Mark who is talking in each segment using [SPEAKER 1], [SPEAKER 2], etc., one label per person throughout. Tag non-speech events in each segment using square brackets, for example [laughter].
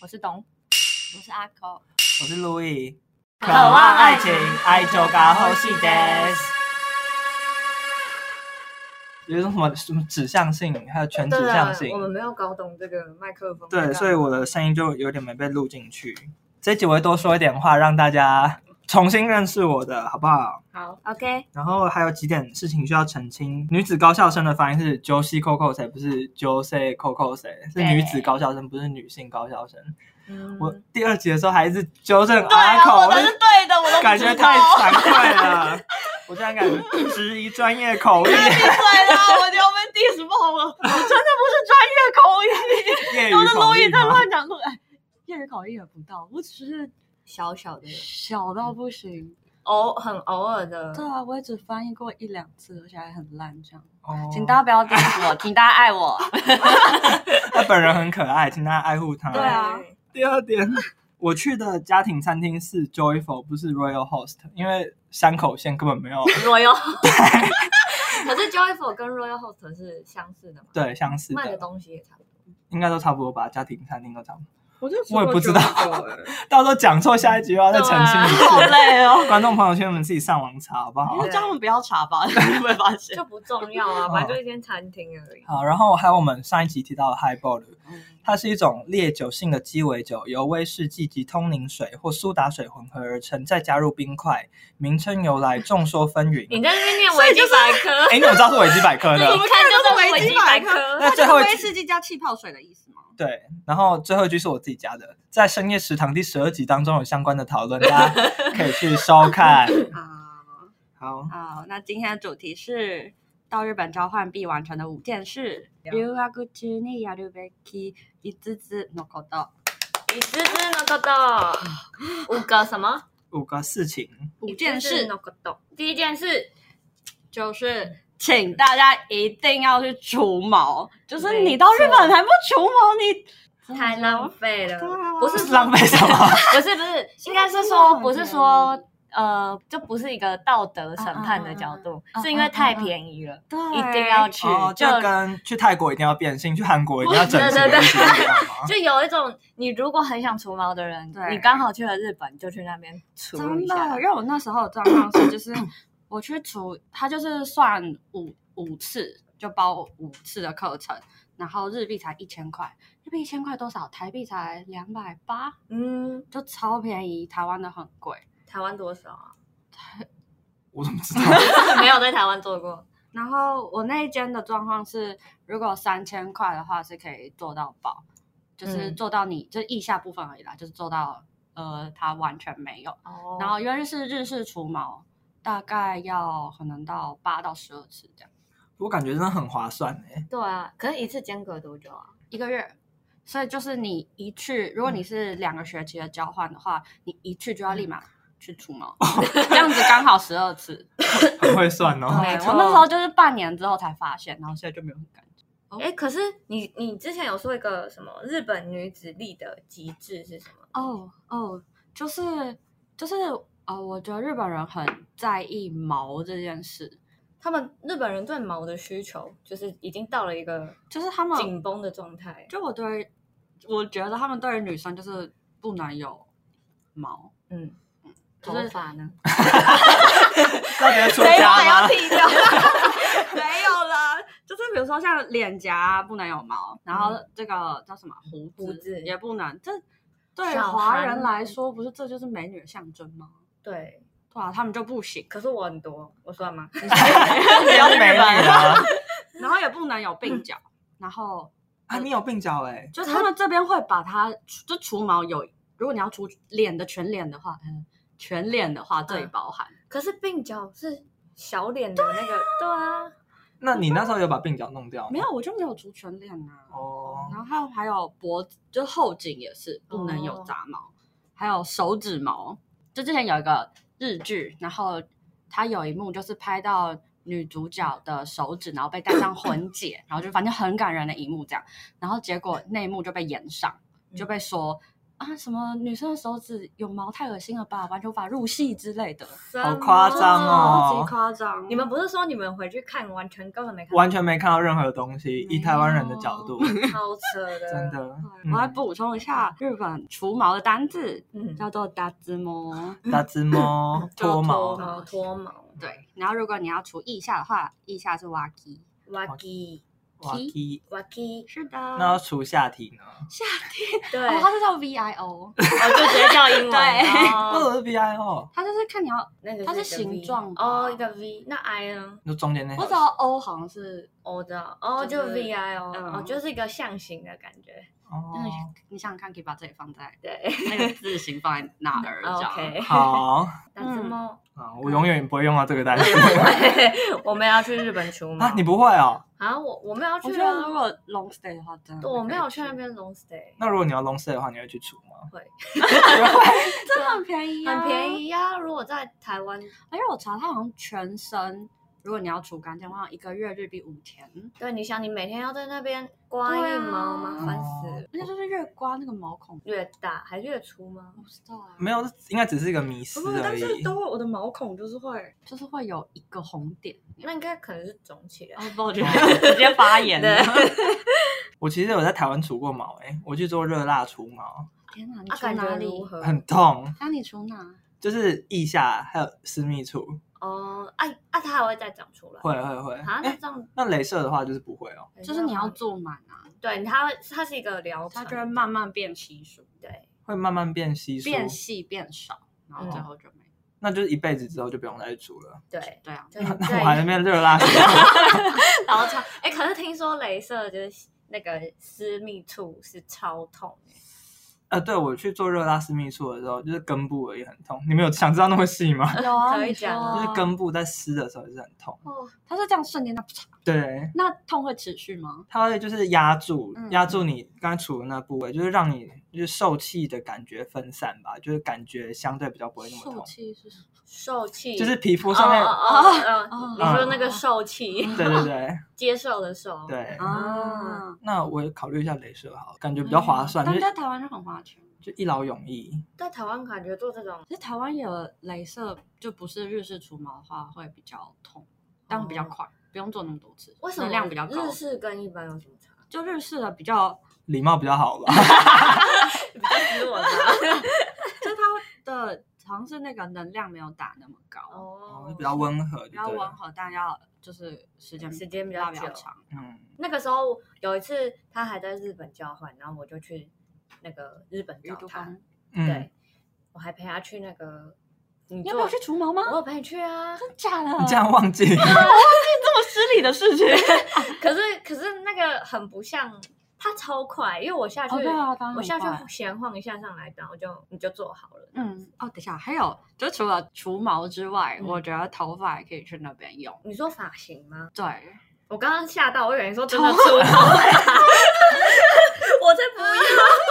[SPEAKER 1] 我是董，我是阿 Q。
[SPEAKER 2] 我是路易，
[SPEAKER 1] 渴望爱
[SPEAKER 2] 情，爱就该呼吸的。有一种什么什么指向性，还有全指
[SPEAKER 1] 对
[SPEAKER 2] 向
[SPEAKER 1] 啊，
[SPEAKER 2] 性
[SPEAKER 1] 我，们没啊有搞懂这个麦克风在干嘛。
[SPEAKER 2] 对，所以我的声音就有点没被录进去。这集我会多说一点话，让大家重新认识我的，好不好？
[SPEAKER 1] 好，OK，
[SPEAKER 2] 然后还有几点事情需要澄清：女子高校生的发音是 Josie Coco 谁，不是 Josie Coco 谁，是女子高校生，不是女性高校生。
[SPEAKER 1] 嗯
[SPEAKER 2] 我第二集的时候还是纠正
[SPEAKER 1] 对
[SPEAKER 2] 阿口，
[SPEAKER 1] 啊，我
[SPEAKER 2] 我
[SPEAKER 1] 才
[SPEAKER 2] 就是
[SPEAKER 1] 对的，我都不
[SPEAKER 2] 感觉
[SPEAKER 1] 知
[SPEAKER 3] [laughs]
[SPEAKER 2] 太
[SPEAKER 1] 道
[SPEAKER 2] 惭愧了，我居然敢质疑专业口语、
[SPEAKER 1] 闭嘴啦！我觉得我们 diss 爆 [laughs] 了，我真的不是专业口语，
[SPEAKER 2] 业余
[SPEAKER 1] 都是
[SPEAKER 2] 口
[SPEAKER 1] 录
[SPEAKER 2] 语
[SPEAKER 1] 音在
[SPEAKER 2] 吗？
[SPEAKER 1] 乱讲，录哎，业余口译也不到，我只是
[SPEAKER 4] 小小的，
[SPEAKER 1] 小到不行。
[SPEAKER 4] 偶很偶尔的
[SPEAKER 1] 对，啊，我也只翻译过一两次，而且还很烂，这样。
[SPEAKER 2] 哦
[SPEAKER 1] 请大家不要
[SPEAKER 2] [laughs]
[SPEAKER 1] diss 我，请大家爱我。
[SPEAKER 2] 他本人很可爱，请大家爱护他。
[SPEAKER 1] 对啊
[SPEAKER 2] 第二点，我去的家庭餐厅是 Joyful，不是 Royal Host，因为山口县根本没
[SPEAKER 1] [laughs]
[SPEAKER 2] 有
[SPEAKER 4] Royal，可 [laughs] 是 Joyful 跟 Royal Host 是相似的嘛？
[SPEAKER 2] 对相似
[SPEAKER 4] 卖的
[SPEAKER 2] 的，
[SPEAKER 4] 东西也差不多。
[SPEAKER 2] 应该都差不多吧，家庭餐厅都差不多。
[SPEAKER 1] 我就
[SPEAKER 2] 我也不知道， [laughs] 到时候讲错，下一集又要再澄清一
[SPEAKER 1] 好
[SPEAKER 2] 次。
[SPEAKER 1] 累 [laughs] 哦。
[SPEAKER 2] 观众朋友圈，你们自己上网查好不好？
[SPEAKER 1] 那叫他们不要查吧，你会不会发现
[SPEAKER 4] 就？不重要啊，反正就一间餐厅而已。
[SPEAKER 2] 好，然后还有我们上一集提到的 Highball，
[SPEAKER 1] 嗯
[SPEAKER 2] 它是一种烈酒性的鸡尾酒，由威士忌及通灵水或苏打水混合而成，再加入冰块。名称由来众说纷纭。 [laughs]
[SPEAKER 4] 你在那边念维基百科，
[SPEAKER 2] 哎，你怎么知道是维基百
[SPEAKER 4] [laughs]
[SPEAKER 2] 科
[SPEAKER 4] 一
[SPEAKER 2] 的？
[SPEAKER 4] 看就是维基百科。
[SPEAKER 1] [laughs]
[SPEAKER 2] 那最后一
[SPEAKER 1] 威
[SPEAKER 2] 句
[SPEAKER 1] 士忌加气泡水的意思吗？
[SPEAKER 2] 对，然后最后一句是我自己加的，在深夜食堂第十二集当中有相关的讨论，大家可以去收看。
[SPEAKER 1] 啊，
[SPEAKER 2] 好，
[SPEAKER 1] 好，那今天的主题是到日本交换必完成的五件事。留学中にやるべき五つのこと。
[SPEAKER 4] 你知知那个的五个什么？
[SPEAKER 2] 五个事情，
[SPEAKER 1] 五件事
[SPEAKER 4] 那个的。第一件事，
[SPEAKER 1] 就是，请大家一定要去除毛。就是你到
[SPEAKER 4] 没错
[SPEAKER 1] 日本还不除毛，你
[SPEAKER 4] 太浪费了
[SPEAKER 1] 对啊，
[SPEAKER 4] 不是
[SPEAKER 2] 是浪费什么？
[SPEAKER 4] [laughs] 不是不是，应该是说不是 [laughs] 说呃，这不是一个道德审判的角度
[SPEAKER 1] 啊啊啊啊，
[SPEAKER 4] 是因为太便宜了，
[SPEAKER 1] 对
[SPEAKER 4] 一定要去
[SPEAKER 2] 哦，，就跟去泰国一定要变性，去韩国一定要整形
[SPEAKER 4] 对对对
[SPEAKER 2] 一样
[SPEAKER 4] [laughs]
[SPEAKER 2] 吗
[SPEAKER 4] 嗯就有一种你如果很想除毛的人
[SPEAKER 1] 对，
[SPEAKER 4] 你刚好去了日本，就去那边除
[SPEAKER 1] 真
[SPEAKER 4] 一
[SPEAKER 1] 的，
[SPEAKER 4] 下
[SPEAKER 1] 因。为我那时候的状况是，就是我去除，他就是算五五次，就包我五次的课程，然后日币才一千块，日币一千块多少？台币才两百八，
[SPEAKER 4] 嗯，
[SPEAKER 1] 就超便宜，台湾的很贵。
[SPEAKER 4] 台湾多少 [laughs] 啊？
[SPEAKER 2] 我怎么知道？ [laughs]
[SPEAKER 4] 没有在台湾做过，
[SPEAKER 1] 然后我那一间的状况是，如果三千块的话是可以做到爆，就是
[SPEAKER 4] 嗯
[SPEAKER 1] 做到你、就腋下部分而已啦，就是做到呃它完全没有。
[SPEAKER 4] 哦
[SPEAKER 1] 然后因为是日式除毛，大概要可能到八到十二次这样。
[SPEAKER 2] 我感觉真的很划算哎。
[SPEAKER 4] 对啊，可是一次间隔多久啊？
[SPEAKER 1] 一个月。所以就是你一去，如果
[SPEAKER 4] 嗯
[SPEAKER 1] 你是两个学期的交换的话，你一去就要立马去除毛，
[SPEAKER 4] 哦
[SPEAKER 1] 这样子刚好十二
[SPEAKER 4] [laughs]
[SPEAKER 1] 次。
[SPEAKER 2] 很会算哦。
[SPEAKER 4] 没
[SPEAKER 1] 对
[SPEAKER 4] 错
[SPEAKER 1] 我那时候就是半年之后才发现，然后现在就没有很干净。哦
[SPEAKER 4] 哎，可是你你之前有说一个什么日本女子力的极致是什么？
[SPEAKER 1] 哦哦，就是就是呃，我觉得日本人很在意毛这件事，
[SPEAKER 4] 他们日本人对毛的需求就是已经到了一个
[SPEAKER 1] 就是他们
[SPEAKER 4] 紧绷的状态。
[SPEAKER 1] 就我对于，我觉得他们对于女生就是不能有毛，
[SPEAKER 4] 嗯，
[SPEAKER 1] 就
[SPEAKER 4] 头
[SPEAKER 1] 是
[SPEAKER 4] 发呢？
[SPEAKER 2] 那你要出家吗？
[SPEAKER 4] 剃掉。
[SPEAKER 1] 没有啦，就是比如说像脸颊啊不能有毛，然后这个叫什么胡子
[SPEAKER 4] 胡子
[SPEAKER 1] 也不能。这对
[SPEAKER 4] 小
[SPEAKER 1] 华
[SPEAKER 4] 韩
[SPEAKER 1] 人来说，不是这就是美女的象征吗？
[SPEAKER 4] 对，
[SPEAKER 1] 对啊，他们就
[SPEAKER 4] [laughs]
[SPEAKER 1] 不行，
[SPEAKER 4] 可是我很多，我算吗？ [laughs]
[SPEAKER 2] 你要美女啊！
[SPEAKER 1] [laughs] 然后也不能有鬓角，然后
[SPEAKER 2] 啊，你有鬓角哎，
[SPEAKER 1] 就他们这边会把它就除毛有，如果你要除脸的全脸的话，嗯，全脸的话这里
[SPEAKER 4] 嗯
[SPEAKER 1] 包含。
[SPEAKER 4] 可是鬓角是小脸的那个，对啊，
[SPEAKER 2] 那你那时候有把鬓角弄掉吗？
[SPEAKER 1] 没有，我就没有除全脸啊。
[SPEAKER 2] 哦
[SPEAKER 1] 然后还有还有脖子，就是后颈也是不能有杂毛，还有手指毛。就之前有一个日剧，然后它有一幕就是拍到女主角的手指，然后被戴上婚戒，嗯然后就反正很感人的一幕这样。然后结果那一幕就被延上，就被说。啊什么女生的手指有毛太恶心了吧，完全无法入戏之类的，
[SPEAKER 4] 啊
[SPEAKER 2] 好夸张
[SPEAKER 1] 超级
[SPEAKER 2] 哦！
[SPEAKER 1] 夸张。
[SPEAKER 4] 你们不是说你们回去看完全根本没看到，
[SPEAKER 2] 完全没看到任何东西，
[SPEAKER 1] 没
[SPEAKER 2] 以台湾人的角度，
[SPEAKER 4] 超扯的，
[SPEAKER 2] [laughs] 真。的
[SPEAKER 1] 对。我来补充一下日本除毛的单字，
[SPEAKER 4] 嗯，
[SPEAKER 1] 叫做达兹毛。
[SPEAKER 2] 大只猫
[SPEAKER 1] 就
[SPEAKER 2] 脱
[SPEAKER 4] 脱
[SPEAKER 2] 嗯毛，
[SPEAKER 4] 毛脱毛，
[SPEAKER 1] 对，然后如果你要除腋下的话，腋下是挖基。
[SPEAKER 4] 哇基
[SPEAKER 2] 哇
[SPEAKER 1] 踢
[SPEAKER 2] 踢。
[SPEAKER 4] 哇基，
[SPEAKER 1] 是的。哦
[SPEAKER 2] 那要除下体呢？
[SPEAKER 4] 对，
[SPEAKER 1] 哦，它是叫 V I
[SPEAKER 3] 我
[SPEAKER 1] O，
[SPEAKER 3] 就直接叫英文。
[SPEAKER 1] 对 [laughs]
[SPEAKER 4] 哦
[SPEAKER 2] 哦，是 B I O，
[SPEAKER 1] 它就是看你
[SPEAKER 4] [laughs]
[SPEAKER 1] 要，
[SPEAKER 4] 那个
[SPEAKER 1] 它是
[SPEAKER 4] 一个 V
[SPEAKER 1] 形状吧
[SPEAKER 4] 哦，一个 V，那 I 呢？
[SPEAKER 2] 就中间那
[SPEAKER 1] 我
[SPEAKER 2] 条
[SPEAKER 1] 知道 O 好像是
[SPEAKER 4] 我知道，哦，就
[SPEAKER 1] 就是
[SPEAKER 4] V I 哦，
[SPEAKER 1] 嗯
[SPEAKER 4] 哦，就是一个象形的感觉，
[SPEAKER 1] 那个
[SPEAKER 2] 哦，
[SPEAKER 1] 你想想看，可以把这里
[SPEAKER 4] [laughs]
[SPEAKER 1] 放在
[SPEAKER 4] 对
[SPEAKER 1] 那个字形放在哪 [laughs] 儿？这样
[SPEAKER 4] ，OK，
[SPEAKER 2] 哦好
[SPEAKER 4] 但
[SPEAKER 1] 嗯
[SPEAKER 4] 是猫，
[SPEAKER 2] 啊，我永远不会用到这个单词
[SPEAKER 4] [laughs] 我们要去日本除毛
[SPEAKER 2] 啊，你不会哦？
[SPEAKER 4] 啊，我我没有要
[SPEAKER 1] 我
[SPEAKER 4] 去
[SPEAKER 1] 觉得如
[SPEAKER 4] 啊，
[SPEAKER 1] 果 long stay 的话，真的
[SPEAKER 4] 我没有去
[SPEAKER 1] 去
[SPEAKER 4] 那，边 long stay，
[SPEAKER 2] 那如果你要 long stay 的话，你会去除吗？
[SPEAKER 1] 真的很便宜、
[SPEAKER 4] 很便
[SPEAKER 1] 宜。
[SPEAKER 4] 宜呀。如果在台湾，
[SPEAKER 1] 而且我查它好像全身，如果你要除干净的话，一个月日币五千，
[SPEAKER 4] 对，你想你每天要在那边刮
[SPEAKER 1] 对
[SPEAKER 4] 腋
[SPEAKER 1] 啊
[SPEAKER 4] 毛，
[SPEAKER 2] 嗯
[SPEAKER 4] 麻烦死了，
[SPEAKER 1] 而且就是越刮那个毛孔
[SPEAKER 4] 越大还越粗吗？
[SPEAKER 1] 我不知道啊，
[SPEAKER 2] 没有，应该只是一个迷思而已。
[SPEAKER 1] 会我的毛孔就是会就是会有一个红点，
[SPEAKER 4] 那应该可能是肿起来。
[SPEAKER 1] 然后抱歉，直接发炎了。
[SPEAKER 2] 啊 [laughs] 我其实有在台湾除过毛，哎，我去做热蜡除毛，
[SPEAKER 1] [laughs] 天哪，你
[SPEAKER 4] 啊，
[SPEAKER 1] 除
[SPEAKER 4] 感
[SPEAKER 1] 哪
[SPEAKER 4] 觉
[SPEAKER 1] 里？
[SPEAKER 4] 如
[SPEAKER 2] [laughs]
[SPEAKER 4] 何？
[SPEAKER 2] 很痛，
[SPEAKER 1] 那、你除哪？
[SPEAKER 2] 就是腋下还有私密处，
[SPEAKER 4] 哦，啊啊，它还会再长出来。
[SPEAKER 2] 会会会。
[SPEAKER 4] 啊，那
[SPEAKER 2] 哎
[SPEAKER 4] 这样哎
[SPEAKER 2] 那镭射的话就是不会哦。
[SPEAKER 1] 就是你要做满啊，
[SPEAKER 4] 对它会，它是一个疗程
[SPEAKER 1] 它，就会慢慢变稀疏，
[SPEAKER 4] 对，
[SPEAKER 2] 会慢慢变稀疏，
[SPEAKER 1] 变细变少，然后
[SPEAKER 4] 嗯
[SPEAKER 1] 最后就没。
[SPEAKER 2] 那就是一辈子之后就不用再去除了。 [laughs]
[SPEAKER 4] 对
[SPEAKER 1] 对啊，
[SPEAKER 4] 对，就
[SPEAKER 2] 那
[SPEAKER 4] 在
[SPEAKER 2] 我还在那边热蜡除毛，
[SPEAKER 4] [laughs] 疗程。哎，可是听说镭射就是那个私密处是超痛的，
[SPEAKER 2] [laughs] 呃，对我去做热拉私密处的时候，就是根部而已很痛。你们有想知道那么细
[SPEAKER 1] [laughs]
[SPEAKER 2] 吗？
[SPEAKER 1] 有啊，
[SPEAKER 4] 可以
[SPEAKER 1] 你
[SPEAKER 4] 讲
[SPEAKER 1] 说
[SPEAKER 4] 啊
[SPEAKER 2] 就是根部在湿的时候也是很痛，
[SPEAKER 4] 哦，
[SPEAKER 1] 它是这样瞬间的，
[SPEAKER 2] 对，
[SPEAKER 1] 那痛会持续吗？
[SPEAKER 2] 它会就是压住
[SPEAKER 1] 嗯
[SPEAKER 2] 压住你刚才处的那部位，就是让你就是受气的感觉分散吧，就是感觉相对比较不会那么
[SPEAKER 1] 受
[SPEAKER 2] 痛，
[SPEAKER 1] 气是什么？
[SPEAKER 4] 受气，
[SPEAKER 2] 就是皮肤
[SPEAKER 4] 哦
[SPEAKER 2] 上面，
[SPEAKER 4] 哦哦
[SPEAKER 1] 哦，
[SPEAKER 4] 你说那个受气，
[SPEAKER 2] 对对对
[SPEAKER 4] 接受的受，，
[SPEAKER 2] 对。
[SPEAKER 1] 啊，
[SPEAKER 2] 那我也考虑一下镭射好了，感觉比较划算，就
[SPEAKER 1] 嗯
[SPEAKER 2] 是
[SPEAKER 1] 但在台湾就很划算。
[SPEAKER 2] 就一劳永逸。
[SPEAKER 4] 在台湾感觉做这种
[SPEAKER 1] 其实台湾有镭射，就不是日式除毛的话会比较痛，但比较快，不用哦做那么多次，
[SPEAKER 4] 为什么
[SPEAKER 1] 能量比较高
[SPEAKER 4] 日？式跟一般 [laughs] 有什么差？
[SPEAKER 1] 就日式的比较，
[SPEAKER 2] 礼貌比较好吧，
[SPEAKER 4] 比较
[SPEAKER 2] [laughs]
[SPEAKER 4] 斯文吧。
[SPEAKER 1] 就它的好像是那个能量没有打那么高，
[SPEAKER 4] 哦
[SPEAKER 2] 比较温和，
[SPEAKER 1] 比较
[SPEAKER 2] 对了
[SPEAKER 1] 温和，但要就是时间
[SPEAKER 4] 时间比较
[SPEAKER 1] 拉比较
[SPEAKER 4] 久
[SPEAKER 1] 长。
[SPEAKER 2] 嗯，
[SPEAKER 4] 那个时候有一次他还在日本交换，然后我就去那个日本
[SPEAKER 1] 日
[SPEAKER 4] 找
[SPEAKER 1] 都
[SPEAKER 4] 他，
[SPEAKER 1] 风，
[SPEAKER 2] 嗯
[SPEAKER 4] 对，我还陪他去那个，你
[SPEAKER 1] 你有没有去？除毛吗？
[SPEAKER 4] 我有陪你去啊，
[SPEAKER 1] 真嗯假的？
[SPEAKER 2] 你这样忘
[SPEAKER 1] [laughs]
[SPEAKER 2] 记，
[SPEAKER 1] 这么失礼
[SPEAKER 4] [laughs]
[SPEAKER 1] 的事情？
[SPEAKER 4] 可是可是那个很不像，他超快，因为我下去，
[SPEAKER 1] 哦，对啊，当然
[SPEAKER 4] 我下
[SPEAKER 1] 很
[SPEAKER 4] 去
[SPEAKER 1] 快
[SPEAKER 4] 闲晃一下上来，然后就你就做好了，
[SPEAKER 1] 嗯，哦，等一下，还有，就除了除毛之外，
[SPEAKER 4] 嗯
[SPEAKER 1] 我觉得头发也可以去那边用。
[SPEAKER 4] 你说发型吗？
[SPEAKER 1] 对，
[SPEAKER 4] 我刚刚吓到，我以为你 [laughs] 说真的出毛了，哦 [laughs] 我才不要。
[SPEAKER 1] [laughs]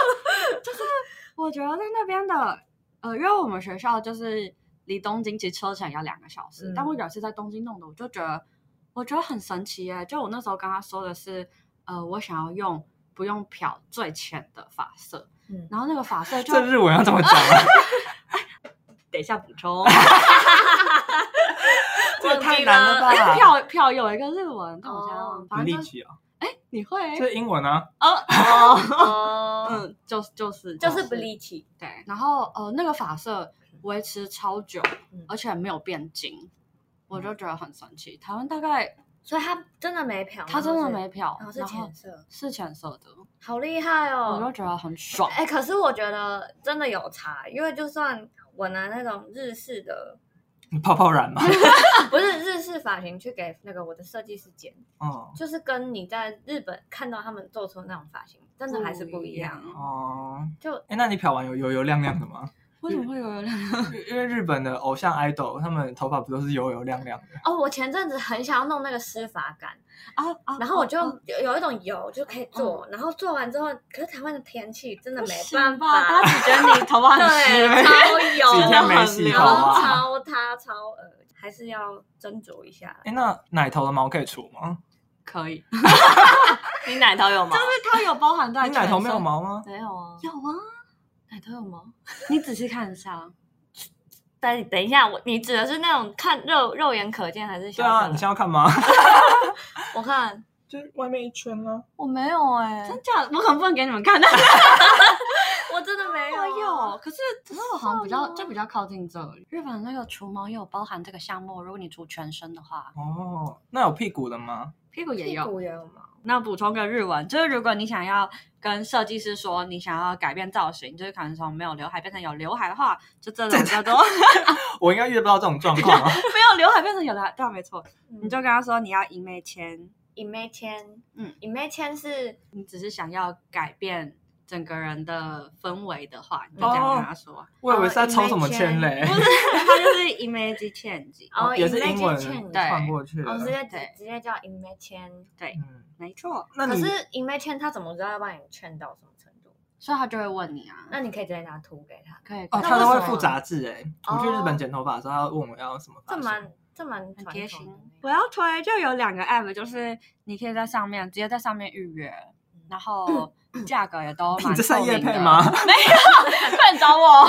[SPEAKER 1] 我觉得在那边的，呃，因为我们学校就是离东京其实车程要两个小时，
[SPEAKER 4] 嗯
[SPEAKER 1] 但我有一次在东京弄的，我就觉得我觉得很神奇耶。就我那时候跟他说的是，呃，我想要用不用漂最浅的发色，
[SPEAKER 4] 嗯
[SPEAKER 1] 然后那个发色就
[SPEAKER 2] 这日文要怎么讲啊？
[SPEAKER 1] [laughs] 等一下补充，
[SPEAKER 2] 这也太难了 [laughs] 吧！
[SPEAKER 1] 漂漂有一个日文，但我现在忘了
[SPEAKER 4] 哦
[SPEAKER 2] 很
[SPEAKER 1] 哎反
[SPEAKER 2] 力
[SPEAKER 1] 正就
[SPEAKER 2] 气哦，
[SPEAKER 1] 哎，你会
[SPEAKER 2] 这是英文啊，
[SPEAKER 1] 哦，
[SPEAKER 4] 哦，
[SPEAKER 1] 嗯，就是就是
[SPEAKER 4] 就是不离奇，
[SPEAKER 1] 对，然后呃，那个发色维持超久
[SPEAKER 4] 嗯，
[SPEAKER 1] 而且没有变金，我就觉得很神奇。台湾大概
[SPEAKER 4] 所以他真的没漂，
[SPEAKER 1] 它真的没漂，
[SPEAKER 4] 然后哦是
[SPEAKER 1] 然后
[SPEAKER 4] 浅色，
[SPEAKER 1] 是浅色的，
[SPEAKER 4] 好厉害
[SPEAKER 1] 我就
[SPEAKER 4] 哦！
[SPEAKER 1] 觉得很爽。
[SPEAKER 4] 哎、可是我觉得真的有差，因为就算我拿那种日式的，
[SPEAKER 2] 你泡泡染嘛，
[SPEAKER 4] 不是日式发型去给那个我的设计师剪，
[SPEAKER 2] 哦
[SPEAKER 4] 就是跟你在日本看到他们做出那种发型，真的还是不一样。
[SPEAKER 2] 哦，
[SPEAKER 1] [laughs]
[SPEAKER 4] 就
[SPEAKER 2] 哎，那你漂完有油油亮亮的吗？ [laughs]
[SPEAKER 1] 为什么会有
[SPEAKER 4] [laughs]
[SPEAKER 1] 人
[SPEAKER 2] 因为因为日本的偶像 idol 他们头发不都是油油亮亮的？
[SPEAKER 4] 哦，我前阵子很想要弄那个湿发感，
[SPEAKER 1] 啊啊？
[SPEAKER 4] 然后我就
[SPEAKER 1] 啊
[SPEAKER 4] 有有一种油就可以做，然后做完之后，可是台湾的天气真的
[SPEAKER 1] 不
[SPEAKER 4] 没
[SPEAKER 1] 行
[SPEAKER 4] 办
[SPEAKER 1] 吧
[SPEAKER 4] 法
[SPEAKER 1] 大，家只觉得你头发很湿
[SPEAKER 4] [laughs] 对，
[SPEAKER 1] 而已，
[SPEAKER 4] 超
[SPEAKER 2] 几
[SPEAKER 1] 哦
[SPEAKER 4] 油，
[SPEAKER 2] 天没洗
[SPEAKER 4] 然
[SPEAKER 2] 头
[SPEAKER 4] 后
[SPEAKER 2] 啊？
[SPEAKER 4] 超塌超呃，还是要斟酌一下。
[SPEAKER 2] 哎，那奶头的毛可以除吗？
[SPEAKER 1] 可以，
[SPEAKER 3] 你奶头有吗？
[SPEAKER 1] 但是它有包含在
[SPEAKER 2] 你奶头没有
[SPEAKER 1] 全身？
[SPEAKER 2] 毛吗？
[SPEAKER 3] 没有啊，
[SPEAKER 1] 有啊，
[SPEAKER 3] 奶头有毛？
[SPEAKER 1] 你仔细看一下，
[SPEAKER 3] 等等一下，我你指的是那种看肉肉眼可见还是小
[SPEAKER 2] 对啊，
[SPEAKER 3] 小
[SPEAKER 2] 你
[SPEAKER 3] 的
[SPEAKER 2] 现在要看吗？ [laughs]
[SPEAKER 3] 我
[SPEAKER 4] [laughs]
[SPEAKER 3] 看
[SPEAKER 2] 就是外面一圈啊呢、
[SPEAKER 3] 我没有哎、
[SPEAKER 1] 真假的？我可能不能给你们看，但是
[SPEAKER 4] 我真的没有啊，
[SPEAKER 1] 有，可是哎可是我好像比较
[SPEAKER 3] 吗
[SPEAKER 1] 就比较靠近这里。日本那个除毛也有包含这个项目，如果你除全身的话，
[SPEAKER 2] 哦，那有屁股的吗？
[SPEAKER 1] 屁股也
[SPEAKER 4] 屁
[SPEAKER 1] 有。
[SPEAKER 4] 股也有吗？
[SPEAKER 1] 那补充个日文，就是如果你想要跟设计师说你想要改变造型，就是可能从没有刘海变成有刘海的话，就这种叫做
[SPEAKER 2] 我应该遇不到这种状况
[SPEAKER 4] [laughs]
[SPEAKER 2] 啊。
[SPEAKER 1] [laughs] 没有刘海变成有刘海，对啊，没错。你
[SPEAKER 4] 你
[SPEAKER 1] 就跟他说你要银眉签，
[SPEAKER 4] 以嗯妹签，
[SPEAKER 1] 嗯，
[SPEAKER 4] 以妹签是
[SPEAKER 1] 你只是想要改变整个人的氛围的话，你就这样跟他说。 [laughs]
[SPEAKER 2] 我以为是在抽什么签嘞，
[SPEAKER 1] 他就是 image change，
[SPEAKER 2] [laughs]
[SPEAKER 4] 哦，
[SPEAKER 2] 也是英
[SPEAKER 4] image
[SPEAKER 2] 文
[SPEAKER 4] change
[SPEAKER 1] 对
[SPEAKER 2] 换过去的。
[SPEAKER 4] 哦，直接直
[SPEAKER 1] 对
[SPEAKER 4] 直接叫 i m a 签。
[SPEAKER 2] 嗯，
[SPEAKER 1] 没错。
[SPEAKER 2] 那
[SPEAKER 4] 可
[SPEAKER 2] 你
[SPEAKER 4] 是 i m a 签他怎么知道要帮你劝到什么程度？
[SPEAKER 1] 所以他就会问你啊，
[SPEAKER 4] 那你可以直接拿图给他，
[SPEAKER 1] 可以
[SPEAKER 2] 哦，
[SPEAKER 1] 可以
[SPEAKER 2] 他都
[SPEAKER 4] 为
[SPEAKER 2] 会
[SPEAKER 4] 什
[SPEAKER 2] 附
[SPEAKER 4] 么
[SPEAKER 2] 杂志哎。我去日
[SPEAKER 4] 哦
[SPEAKER 2] 本剪头发的时候，他问我要什么发
[SPEAKER 4] 这
[SPEAKER 2] 型。
[SPEAKER 4] 蛮这蛮
[SPEAKER 1] 哦很
[SPEAKER 4] 传
[SPEAKER 1] 贴
[SPEAKER 4] 统
[SPEAKER 1] 心
[SPEAKER 4] 的呢。
[SPEAKER 1] 我要推就有两个 app，就是你可以在上面直接在上面预约，然后价格也都
[SPEAKER 2] [laughs]
[SPEAKER 1] 蛮
[SPEAKER 2] 嗯你这算
[SPEAKER 1] 透
[SPEAKER 2] 夜
[SPEAKER 1] 明
[SPEAKER 2] 配
[SPEAKER 1] 的
[SPEAKER 2] 吗？
[SPEAKER 1] [laughs]
[SPEAKER 4] [laughs]
[SPEAKER 1] 快来找我，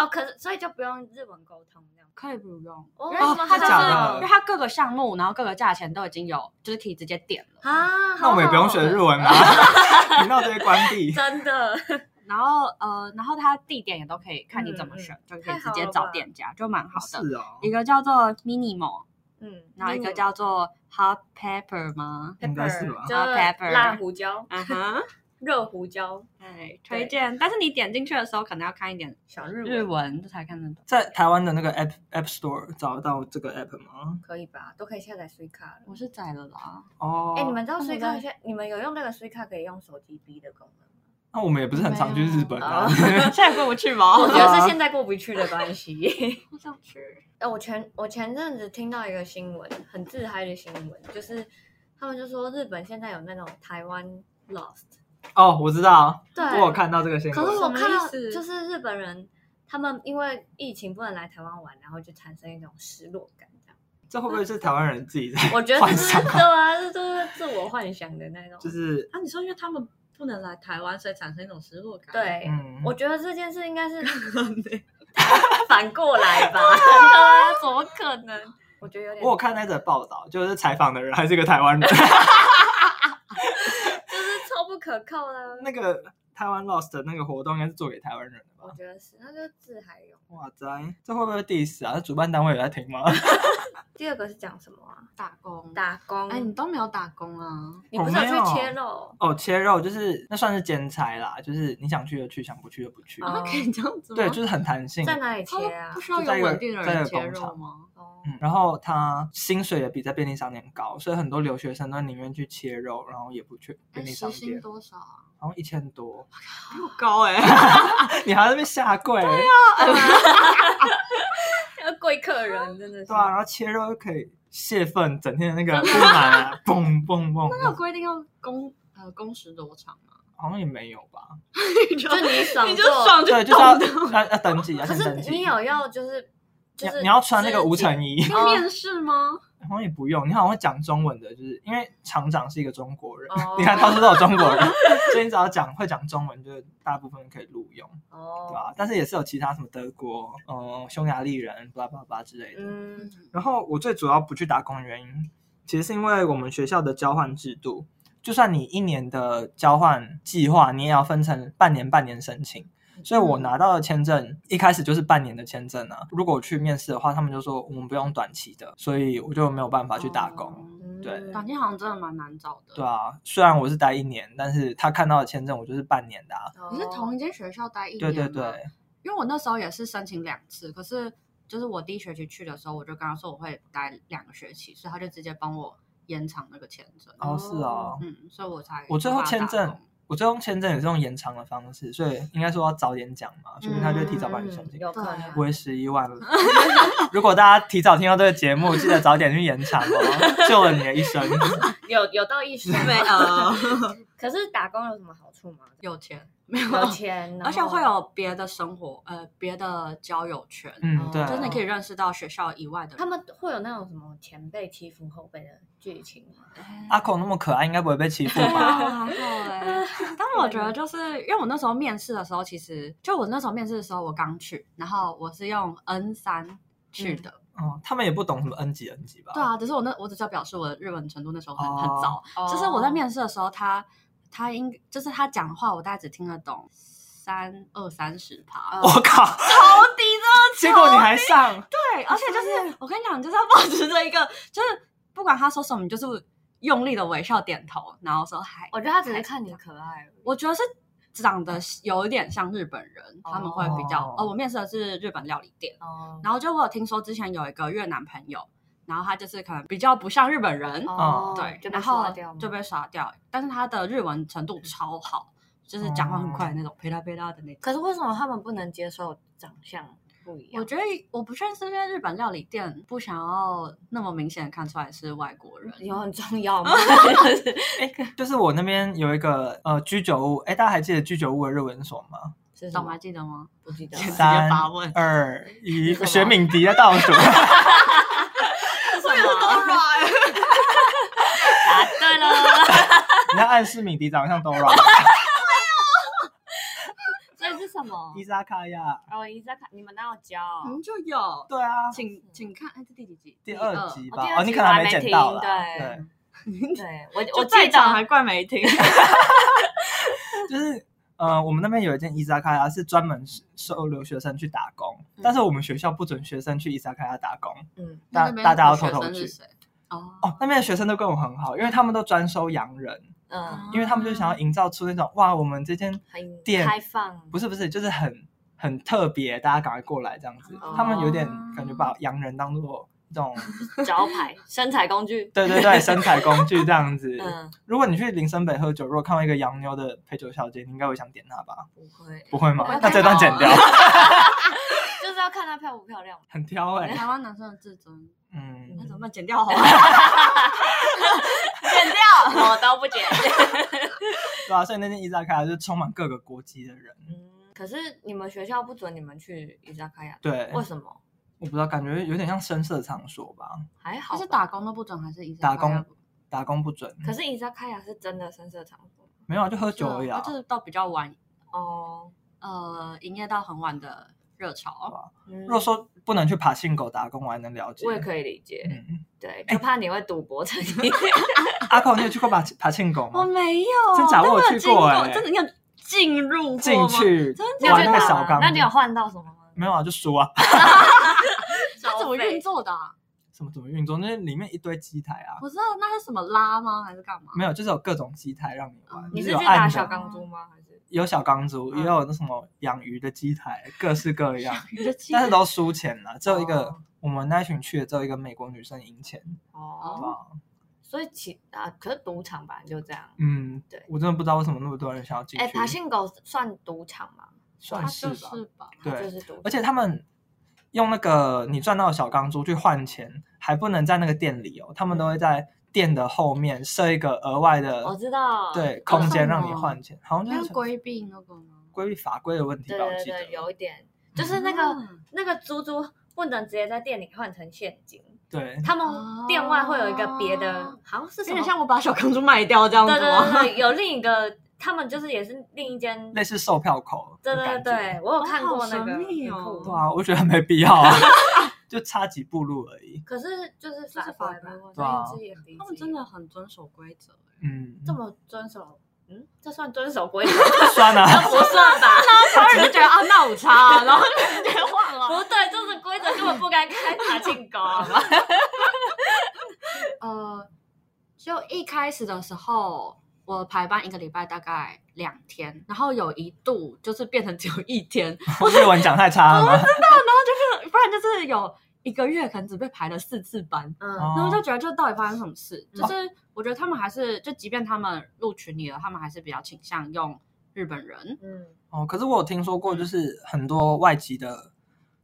[SPEAKER 4] 哦，可是所以就不用日文沟通这样。
[SPEAKER 1] [laughs] 可以不用，
[SPEAKER 4] 哦
[SPEAKER 1] 因为
[SPEAKER 2] 真
[SPEAKER 1] 它
[SPEAKER 2] 的
[SPEAKER 1] 就是
[SPEAKER 2] 假的
[SPEAKER 1] 因为它各个项目，然后各个价钱都已经有，就是可以直接点了。
[SPEAKER 4] 啊，
[SPEAKER 2] 那我们也不用学日
[SPEAKER 4] 文，
[SPEAKER 2] 文啊 [laughs]
[SPEAKER 4] [laughs]
[SPEAKER 2] 啦，频道直接关闭。
[SPEAKER 4] 真
[SPEAKER 1] [laughs]
[SPEAKER 4] 的
[SPEAKER 1] 然后呃，然后它地点也都可以看你怎么选，就可以直
[SPEAKER 4] 太好
[SPEAKER 1] 接
[SPEAKER 4] 了
[SPEAKER 1] 找
[SPEAKER 4] 吧
[SPEAKER 1] 店家，就蛮好的。
[SPEAKER 2] 是哦，
[SPEAKER 1] 一个叫做 Minimo，
[SPEAKER 4] 嗯，
[SPEAKER 1] 然后一个叫做 Hot Pepper 吗？
[SPEAKER 2] 应该是吧
[SPEAKER 4] pepper，就
[SPEAKER 1] Hot pepper
[SPEAKER 4] 是辣胡椒、
[SPEAKER 1] 嗯哼，
[SPEAKER 4] 热胡椒、
[SPEAKER 1] 对，
[SPEAKER 4] 对
[SPEAKER 1] 哎推荐。但是你点进去的时候，可能要看一点
[SPEAKER 4] 小日
[SPEAKER 1] 日
[SPEAKER 4] 文
[SPEAKER 1] 文这才看得懂。
[SPEAKER 2] 在台湾的那个 App App Store 找得到这个 App 吗？
[SPEAKER 4] 可以吧？都可以下载 Suica 了。
[SPEAKER 1] 我是宰了
[SPEAKER 2] [laughs]
[SPEAKER 1] 啦，
[SPEAKER 2] 哦，
[SPEAKER 4] 哎，你们知道
[SPEAKER 1] 那你
[SPEAKER 4] Suica
[SPEAKER 1] 在
[SPEAKER 4] 现你们有用那个 Suica 可以用手机逼的功能吗？
[SPEAKER 2] 那我们也不是很常去日本啊。
[SPEAKER 1] 现在过不去
[SPEAKER 2] 哦
[SPEAKER 1] 吗？
[SPEAKER 4] 我觉得是现在过不去的关系。
[SPEAKER 1] 不想去。
[SPEAKER 4] 哎，我前我前阵子听到一个新闻，很自嗨的新闻，就是他们就说日本现在有那种台湾 Lost，
[SPEAKER 2] [laughs] 哦，我知道，
[SPEAKER 4] 对，
[SPEAKER 2] 我有看到这个新闻。
[SPEAKER 4] 可是我看
[SPEAKER 1] 什么
[SPEAKER 4] 到
[SPEAKER 1] 意思
[SPEAKER 4] 就是日本人，他们因为疫情不能来台湾玩，然后就产生一种失落感，这样。
[SPEAKER 2] 这会不会是台湾人自己在？
[SPEAKER 4] 我觉得
[SPEAKER 2] 幻
[SPEAKER 4] 这是
[SPEAKER 2] 想
[SPEAKER 4] 对啊，这就是自我幻想的那种。
[SPEAKER 2] 就是
[SPEAKER 1] [laughs] 啊，你说因为他们不能来台湾，所以产生一种失落感。
[SPEAKER 4] 对，
[SPEAKER 2] 嗯，
[SPEAKER 4] 我觉得这件事应 [laughs] 该是
[SPEAKER 1] 对，
[SPEAKER 4] 反过来吧？ [laughs] 对啊，怎么可能？我觉得有点
[SPEAKER 2] 我有看那则报道，就是采访的人还是一个台
[SPEAKER 4] [laughs]
[SPEAKER 2] 湾人。
[SPEAKER 4] 就是超不可靠的。啊
[SPEAKER 2] 那个台湾 Lost 的那个活动应该是做给台湾人的
[SPEAKER 4] 我
[SPEAKER 2] 吧？
[SPEAKER 4] 觉得是，那就是自嗨用。
[SPEAKER 2] 哇塞，这会不会 diss 啊？主办单位有在听吗？
[SPEAKER 4] 第二个是讲什么啊？
[SPEAKER 1] 打工。
[SPEAKER 4] 打工。嗯
[SPEAKER 1] 哎，你都没有打工啊？
[SPEAKER 4] [laughs] 你不是
[SPEAKER 2] 我
[SPEAKER 4] 有
[SPEAKER 2] 哦没有
[SPEAKER 4] 去切肉？
[SPEAKER 2] 哦，切肉就是那算是兼差啦，就是你想去就去，想不去就不去。
[SPEAKER 4] 哦
[SPEAKER 1] 啊，可以这样子吗？
[SPEAKER 2] 对，就是很弹性。
[SPEAKER 4] 在哪里
[SPEAKER 1] 他
[SPEAKER 4] 切
[SPEAKER 1] 们
[SPEAKER 4] 啊
[SPEAKER 1] 不？需要
[SPEAKER 2] 就在一
[SPEAKER 1] 有
[SPEAKER 2] 个
[SPEAKER 1] 稳定的
[SPEAKER 2] 在一
[SPEAKER 1] 人
[SPEAKER 2] 个
[SPEAKER 1] 切
[SPEAKER 2] 工
[SPEAKER 1] 肉
[SPEAKER 2] 厂
[SPEAKER 1] 吗？
[SPEAKER 4] 哦，
[SPEAKER 2] 嗯，然后他薪水也比在便利商店高，所以很多留学生都宁愿去切肉，然后也不去
[SPEAKER 1] 哎
[SPEAKER 2] 便利商
[SPEAKER 1] 时薪
[SPEAKER 2] 店，
[SPEAKER 1] 多少啊？
[SPEAKER 2] 好像一千多， [laughs]
[SPEAKER 1] 不高
[SPEAKER 2] 欸
[SPEAKER 1] 哎。
[SPEAKER 2] 你还在那边下跪，对啊，
[SPEAKER 4] 要
[SPEAKER 1] 哦 [laughs]
[SPEAKER 4] 贵客人真的是。
[SPEAKER 2] 啊然后切肉又可以泄愤，整天的那个不满啊，蹦蹦蹦，
[SPEAKER 1] 那有规定要工呃工时多长吗？ [laughs]
[SPEAKER 2] 好像也没有吧？
[SPEAKER 1] 你
[SPEAKER 4] [laughs]
[SPEAKER 1] 就
[SPEAKER 4] 就你爽
[SPEAKER 1] 你就
[SPEAKER 4] 做
[SPEAKER 1] 爽就
[SPEAKER 2] 对，就是要要要登记，要
[SPEAKER 4] 可
[SPEAKER 2] 先登
[SPEAKER 4] 是
[SPEAKER 2] 记。
[SPEAKER 4] 你有要就是
[SPEAKER 2] 你
[SPEAKER 4] 就
[SPEAKER 2] 要
[SPEAKER 4] 是
[SPEAKER 2] 你要穿那个
[SPEAKER 4] 肢体
[SPEAKER 2] 无尘衣，
[SPEAKER 1] 要面试吗？
[SPEAKER 2] 好像也不用，你好像会讲中文的，就是因为厂长是一个中国人，
[SPEAKER 4] 哦
[SPEAKER 2] 你看到处都有中国人， [laughs] 所以你只要讲会讲中文，就是大部分可以录用，对
[SPEAKER 4] 哦，
[SPEAKER 2] 吧？但是也是有其他什么德国、呃匈牙利人、巴拉巴拉巴拉之类的。
[SPEAKER 4] 嗯，
[SPEAKER 2] 然后我最主要不去打工的原因，其实是因为我们学校的交换制度，就算你一年的交换计划，你也要分成半年半年申请。所以
[SPEAKER 1] 嗯
[SPEAKER 2] 我拿到的签证一开始就是半年的签证啊。如果我去面试的话，他们就说我们不用短期的，所以我就没有办法去打工。
[SPEAKER 1] 哦
[SPEAKER 4] 嗯
[SPEAKER 2] 对
[SPEAKER 1] 短期好像真的蛮难找的。
[SPEAKER 2] 对啊，虽然我是待一年，但是他看到的签证我就是半年的、啊。
[SPEAKER 4] 哦
[SPEAKER 1] 你是同一间学校待一年
[SPEAKER 2] 对
[SPEAKER 1] 吗？
[SPEAKER 2] 对对，
[SPEAKER 1] 因为我那时候也是申请两次，可是就是我第一学期去的时候，我就跟他说我会待两个学期，所以他就直接帮我延长那个签证。
[SPEAKER 2] 哦是哦，
[SPEAKER 1] 嗯，所以我才
[SPEAKER 2] 我最后签
[SPEAKER 1] 没办法打
[SPEAKER 2] 证
[SPEAKER 4] [laughs]
[SPEAKER 1] 工，
[SPEAKER 2] 我最后签证也是用延长的方式，所以应该说要早点讲嘛，说明他就会提早帮你申请。
[SPEAKER 4] 嗯有可
[SPEAKER 1] 对
[SPEAKER 4] 能
[SPEAKER 1] 啊
[SPEAKER 2] 我也十一万了。 [laughs] 如果大家提早听到这个节目，记得早点去延长哦，救了你的一生。
[SPEAKER 4] 有有到一生
[SPEAKER 1] 没有，
[SPEAKER 4] 可是打工有什么好处吗？
[SPEAKER 1] 有钱没有，啊
[SPEAKER 4] 有钱，
[SPEAKER 1] 而且
[SPEAKER 4] 然后
[SPEAKER 1] 会有别的生活，呃，别的交友圈，
[SPEAKER 2] 嗯，对
[SPEAKER 4] 哦
[SPEAKER 1] 就是
[SPEAKER 2] 啊，
[SPEAKER 1] 你可以认识到学校以外的人。
[SPEAKER 4] 他们会有那种什么前辈欺负后辈的剧情吗？
[SPEAKER 2] 阿孔那么可爱，应该不会被欺负
[SPEAKER 1] 对
[SPEAKER 2] 吧？
[SPEAKER 1] 啊，还好哎、
[SPEAKER 4] [laughs]
[SPEAKER 1] 但我觉得就是因为我那时候面试的时候，其实就我那时候面试的时候，我刚去，然后我是用 N 三去
[SPEAKER 4] 嗯
[SPEAKER 1] 的。
[SPEAKER 2] 哦，他们也不懂什么 N 级 N 级吧？
[SPEAKER 1] 对啊，只是我那我只是要表示我的日文程度那时候很、很
[SPEAKER 2] 哦
[SPEAKER 1] 糟，
[SPEAKER 3] 哦
[SPEAKER 1] 就是我在面试的时候，他他应就是他讲话，我大概只听得懂三二三十趴。
[SPEAKER 2] 我靠，
[SPEAKER 1] 好低的，
[SPEAKER 2] 结果你还上，
[SPEAKER 1] 对，而且就是我跟你讲，你就是要保持着一个，就是不管他说什么，你就是用力的微笑点头，然后说嗨。
[SPEAKER 3] 我觉得他只是看你可爱而已，
[SPEAKER 1] 我觉得是长得有一点像日本人，他们会比较
[SPEAKER 2] 哦
[SPEAKER 1] 哦我面试的是日本料理店，
[SPEAKER 3] 哦
[SPEAKER 1] 然后就我有听说之前有一个越南朋友，然后他就是可能比较不像日本人，
[SPEAKER 2] 哦
[SPEAKER 1] 对，
[SPEAKER 3] 就被
[SPEAKER 1] 然后
[SPEAKER 3] 刷掉吗
[SPEAKER 1] 就被刷掉，嗯但是他的日文程度超好，就是讲话很快的那种，噼啦噼啦的那种。
[SPEAKER 3] 可是为什么他们不能接受长相不一
[SPEAKER 1] 我
[SPEAKER 3] 样？
[SPEAKER 1] 觉得我不确定是因为日本料理店不想要那么明显的看出来是外国人，
[SPEAKER 4] 有很重
[SPEAKER 3] [laughs]
[SPEAKER 4] 要吗？
[SPEAKER 2] 就是我那边有一个呃居酒屋，哎，大家还记得居酒屋的日文是什么吗？
[SPEAKER 4] 是什
[SPEAKER 1] 懂 [laughs] 还
[SPEAKER 4] 么？
[SPEAKER 1] 记得吗？
[SPEAKER 4] 不记得
[SPEAKER 1] 直接
[SPEAKER 2] 三
[SPEAKER 1] 发问
[SPEAKER 2] 二一，
[SPEAKER 4] 什么
[SPEAKER 2] 学敏迪在倒数， [laughs] 啊
[SPEAKER 3] [laughs] 答对了，
[SPEAKER 2] 你要暗示敏迪长得像 Dora， [laughs]
[SPEAKER 3] 所以是什么
[SPEAKER 2] 伊？扎卡亚，
[SPEAKER 3] 哦，伊在看你们哪有教？
[SPEAKER 1] 嗯，就有，
[SPEAKER 2] 对啊，
[SPEAKER 1] 请请看，哎，这第几集？
[SPEAKER 2] 第二集吧
[SPEAKER 3] 哦第，二
[SPEAKER 2] 哦，
[SPEAKER 3] 集
[SPEAKER 2] 你可能还
[SPEAKER 3] 我还没
[SPEAKER 2] 捡到啦，
[SPEAKER 3] 听对
[SPEAKER 2] 对。
[SPEAKER 3] 对我
[SPEAKER 1] 我
[SPEAKER 3] 我最
[SPEAKER 1] 最早还
[SPEAKER 3] 早
[SPEAKER 1] 怪没听，
[SPEAKER 2] 就是呃，我们那边有一间伊扎卡亚是专门收留学生去打工，
[SPEAKER 3] 嗯
[SPEAKER 2] 但是我们学校不准学生去伊扎卡亚打工，
[SPEAKER 4] 嗯，
[SPEAKER 2] 大
[SPEAKER 1] 那边
[SPEAKER 2] 大家要
[SPEAKER 1] 的
[SPEAKER 2] 偷
[SPEAKER 1] 学
[SPEAKER 2] 偷
[SPEAKER 1] 生
[SPEAKER 2] 去
[SPEAKER 1] 是。谁？哦
[SPEAKER 2] 哦，那边的学生都跟我很好，因为他们都专收洋人，
[SPEAKER 1] 啊
[SPEAKER 3] 嗯
[SPEAKER 2] 因为他们就想要营造出那种哇，我们这间
[SPEAKER 4] 很
[SPEAKER 2] 店
[SPEAKER 3] 开放
[SPEAKER 2] 不是不是，就是很很特别，大家赶快过来这样子。
[SPEAKER 4] 哦
[SPEAKER 2] 他们有点感觉把洋人当做一种
[SPEAKER 4] [laughs]
[SPEAKER 3] 招牌身材工具，
[SPEAKER 2] 对对对生产工具这样子。
[SPEAKER 3] 嗯，
[SPEAKER 2] 如果你去林森北喝酒，如果看到一个洋妞的陪酒小姐，你应该会想点她吧？
[SPEAKER 4] 不会，
[SPEAKER 2] 不会吗
[SPEAKER 3] 我会？
[SPEAKER 2] 那这段
[SPEAKER 3] 看
[SPEAKER 2] 剪
[SPEAKER 3] 到
[SPEAKER 2] 掉，
[SPEAKER 3] 就是要看她漂不漂亮。
[SPEAKER 4] [laughs]
[SPEAKER 2] 很挑哎、
[SPEAKER 1] 台湾男生的自尊，
[SPEAKER 2] 嗯
[SPEAKER 1] 那，怎么办？剪掉 [laughs] 好了。
[SPEAKER 3] 剪掉， [laughs]
[SPEAKER 4] 哦
[SPEAKER 3] 我都不剪。
[SPEAKER 2] 对啊，所以那间伊扎卡就是充满各个国籍的人。
[SPEAKER 4] 嗯。可是你们学校不准你们去伊扎卡亚，
[SPEAKER 2] 对，
[SPEAKER 4] 为
[SPEAKER 2] 我
[SPEAKER 4] 什么？
[SPEAKER 2] 不知道，感觉有点像声色场所吧，
[SPEAKER 4] 还好
[SPEAKER 1] 他
[SPEAKER 4] 吧
[SPEAKER 1] 是打，工都不准，还是一
[SPEAKER 2] 打工打工不准。
[SPEAKER 4] 可是伊扎卡亚是真的深色场所
[SPEAKER 2] 没有啊，就喝酒而已啊
[SPEAKER 1] 他。就是到比较晚，
[SPEAKER 4] 哦。
[SPEAKER 1] 呃，营业到很晚的热潮。
[SPEAKER 4] 嗯
[SPEAKER 2] 如果说不能去爬信狗打工，我还能了解。
[SPEAKER 4] 我也可以理解，
[SPEAKER 2] 嗯，
[SPEAKER 4] 对，就怕你会赌
[SPEAKER 2] [laughs]
[SPEAKER 4] 博成瘾。
[SPEAKER 2] 阿孔，你有去过爬爬信狗吗？
[SPEAKER 1] 哦没有
[SPEAKER 2] 真假我有
[SPEAKER 1] 真的
[SPEAKER 2] 去过
[SPEAKER 1] 经
[SPEAKER 2] 欸
[SPEAKER 1] 真的你有进入过
[SPEAKER 2] 进
[SPEAKER 1] 吗？
[SPEAKER 2] 去
[SPEAKER 1] 啊真的
[SPEAKER 2] 玩
[SPEAKER 1] 假
[SPEAKER 2] 那个
[SPEAKER 1] 的
[SPEAKER 2] 小缸，
[SPEAKER 3] 那你有换到什么吗？
[SPEAKER 2] 没有啊？就输啊！ [laughs]
[SPEAKER 1] 它怎么运作的啊？
[SPEAKER 2] 什么怎么运作？那里面一堆机台啊，
[SPEAKER 1] 我知道那是什么拉吗？还是干嘛？
[SPEAKER 2] 没有，就是有各种机台让你玩
[SPEAKER 3] 哦
[SPEAKER 1] 嗯。
[SPEAKER 4] 你
[SPEAKER 2] 就是有
[SPEAKER 4] 去
[SPEAKER 2] 按
[SPEAKER 4] 打
[SPEAKER 2] 的
[SPEAKER 4] 小钢珠吗？还是
[SPEAKER 2] 有小钢珠，
[SPEAKER 4] 嗯
[SPEAKER 2] 也有那什么养鱼的机台，各式
[SPEAKER 4] [laughs]
[SPEAKER 2] 各样，
[SPEAKER 1] 鱼的气
[SPEAKER 2] [laughs] 但是都输钱了。只有一个
[SPEAKER 4] 哦
[SPEAKER 2] 我们那一群去的，只有一个美国女生赢钱，
[SPEAKER 4] 哦
[SPEAKER 2] 对吧？
[SPEAKER 4] 所以其啊，可是赌场吧，就这样。
[SPEAKER 2] 嗯，
[SPEAKER 4] 对
[SPEAKER 2] 我真的不知道为什么那么多人想要进
[SPEAKER 4] 哎，
[SPEAKER 2] 去，
[SPEAKER 4] 爬信狗算赌场吗？
[SPEAKER 2] 算
[SPEAKER 1] 它
[SPEAKER 2] 是
[SPEAKER 1] 就
[SPEAKER 2] 吧。
[SPEAKER 1] 是吧？
[SPEAKER 2] 对
[SPEAKER 4] 它就是赌场。
[SPEAKER 2] 而且他们用那个你赚到的小钢珠去换钱，还不能在那个店里哦，他们都会在店的后面设一个额外的、
[SPEAKER 4] 嗯我知道，
[SPEAKER 2] 对空间
[SPEAKER 1] 哦
[SPEAKER 2] 让你换钱，好像
[SPEAKER 1] 那
[SPEAKER 2] 就是是
[SPEAKER 1] 规避那个吗？
[SPEAKER 2] 规避法规的问题
[SPEAKER 4] 对
[SPEAKER 2] 吧，我
[SPEAKER 4] 对
[SPEAKER 2] 记得
[SPEAKER 4] 对，有一点，就是那个
[SPEAKER 1] 嗯
[SPEAKER 4] 那个猪猪不能直接在店里换成现金，
[SPEAKER 2] 对
[SPEAKER 4] 他们店外会有一个别的
[SPEAKER 1] 哦，
[SPEAKER 4] 好像是
[SPEAKER 1] 有
[SPEAKER 4] 什么
[SPEAKER 1] 点？像我把小钢珠卖掉这样子
[SPEAKER 4] 对
[SPEAKER 1] 吗？
[SPEAKER 4] 对对对，有另一个，他们就是也是另一间。
[SPEAKER 2] 类似售票口
[SPEAKER 4] 对
[SPEAKER 2] 的
[SPEAKER 4] 对
[SPEAKER 2] 感觉，
[SPEAKER 4] 对，我有看过那
[SPEAKER 1] 哦好
[SPEAKER 4] 个，
[SPEAKER 1] 神秘哦
[SPEAKER 4] 很酷
[SPEAKER 2] 对啊，我觉得没必要
[SPEAKER 1] [laughs]
[SPEAKER 2] 啊，就差几步路而已，
[SPEAKER 4] 可是就是法规吧，
[SPEAKER 2] 对啊
[SPEAKER 4] 睁一只眼闭一只眼
[SPEAKER 1] 他们真的很遵守规则欸。
[SPEAKER 2] 嗯，
[SPEAKER 4] 这么遵守，嗯，这算遵守规则？
[SPEAKER 2] 算啊了、
[SPEAKER 1] [laughs]
[SPEAKER 4] 这 [laughs] 不算吧？
[SPEAKER 1] 他人就觉得啊，那我差， [laughs] 然后就觉得忘了。
[SPEAKER 4] 不对，这种规则根本不该开爬进狗，好吗？
[SPEAKER 1] 呃，就一开始的时候，我排班一个礼拜大概两天，然后有一度就是变成只有一天， [laughs]
[SPEAKER 2] 日文讲太差了吗？
[SPEAKER 1] 就是不然就是有一个月可能只被排了四次班，
[SPEAKER 4] 嗯，
[SPEAKER 1] 然后就
[SPEAKER 2] 哦，
[SPEAKER 1] 觉得这到底发生什么事？就是我觉得他们还是，就即便他们录取你了，他们还是比较倾向用日本人。
[SPEAKER 4] 嗯，
[SPEAKER 2] 哦，可是我有听说过，就是很多外籍的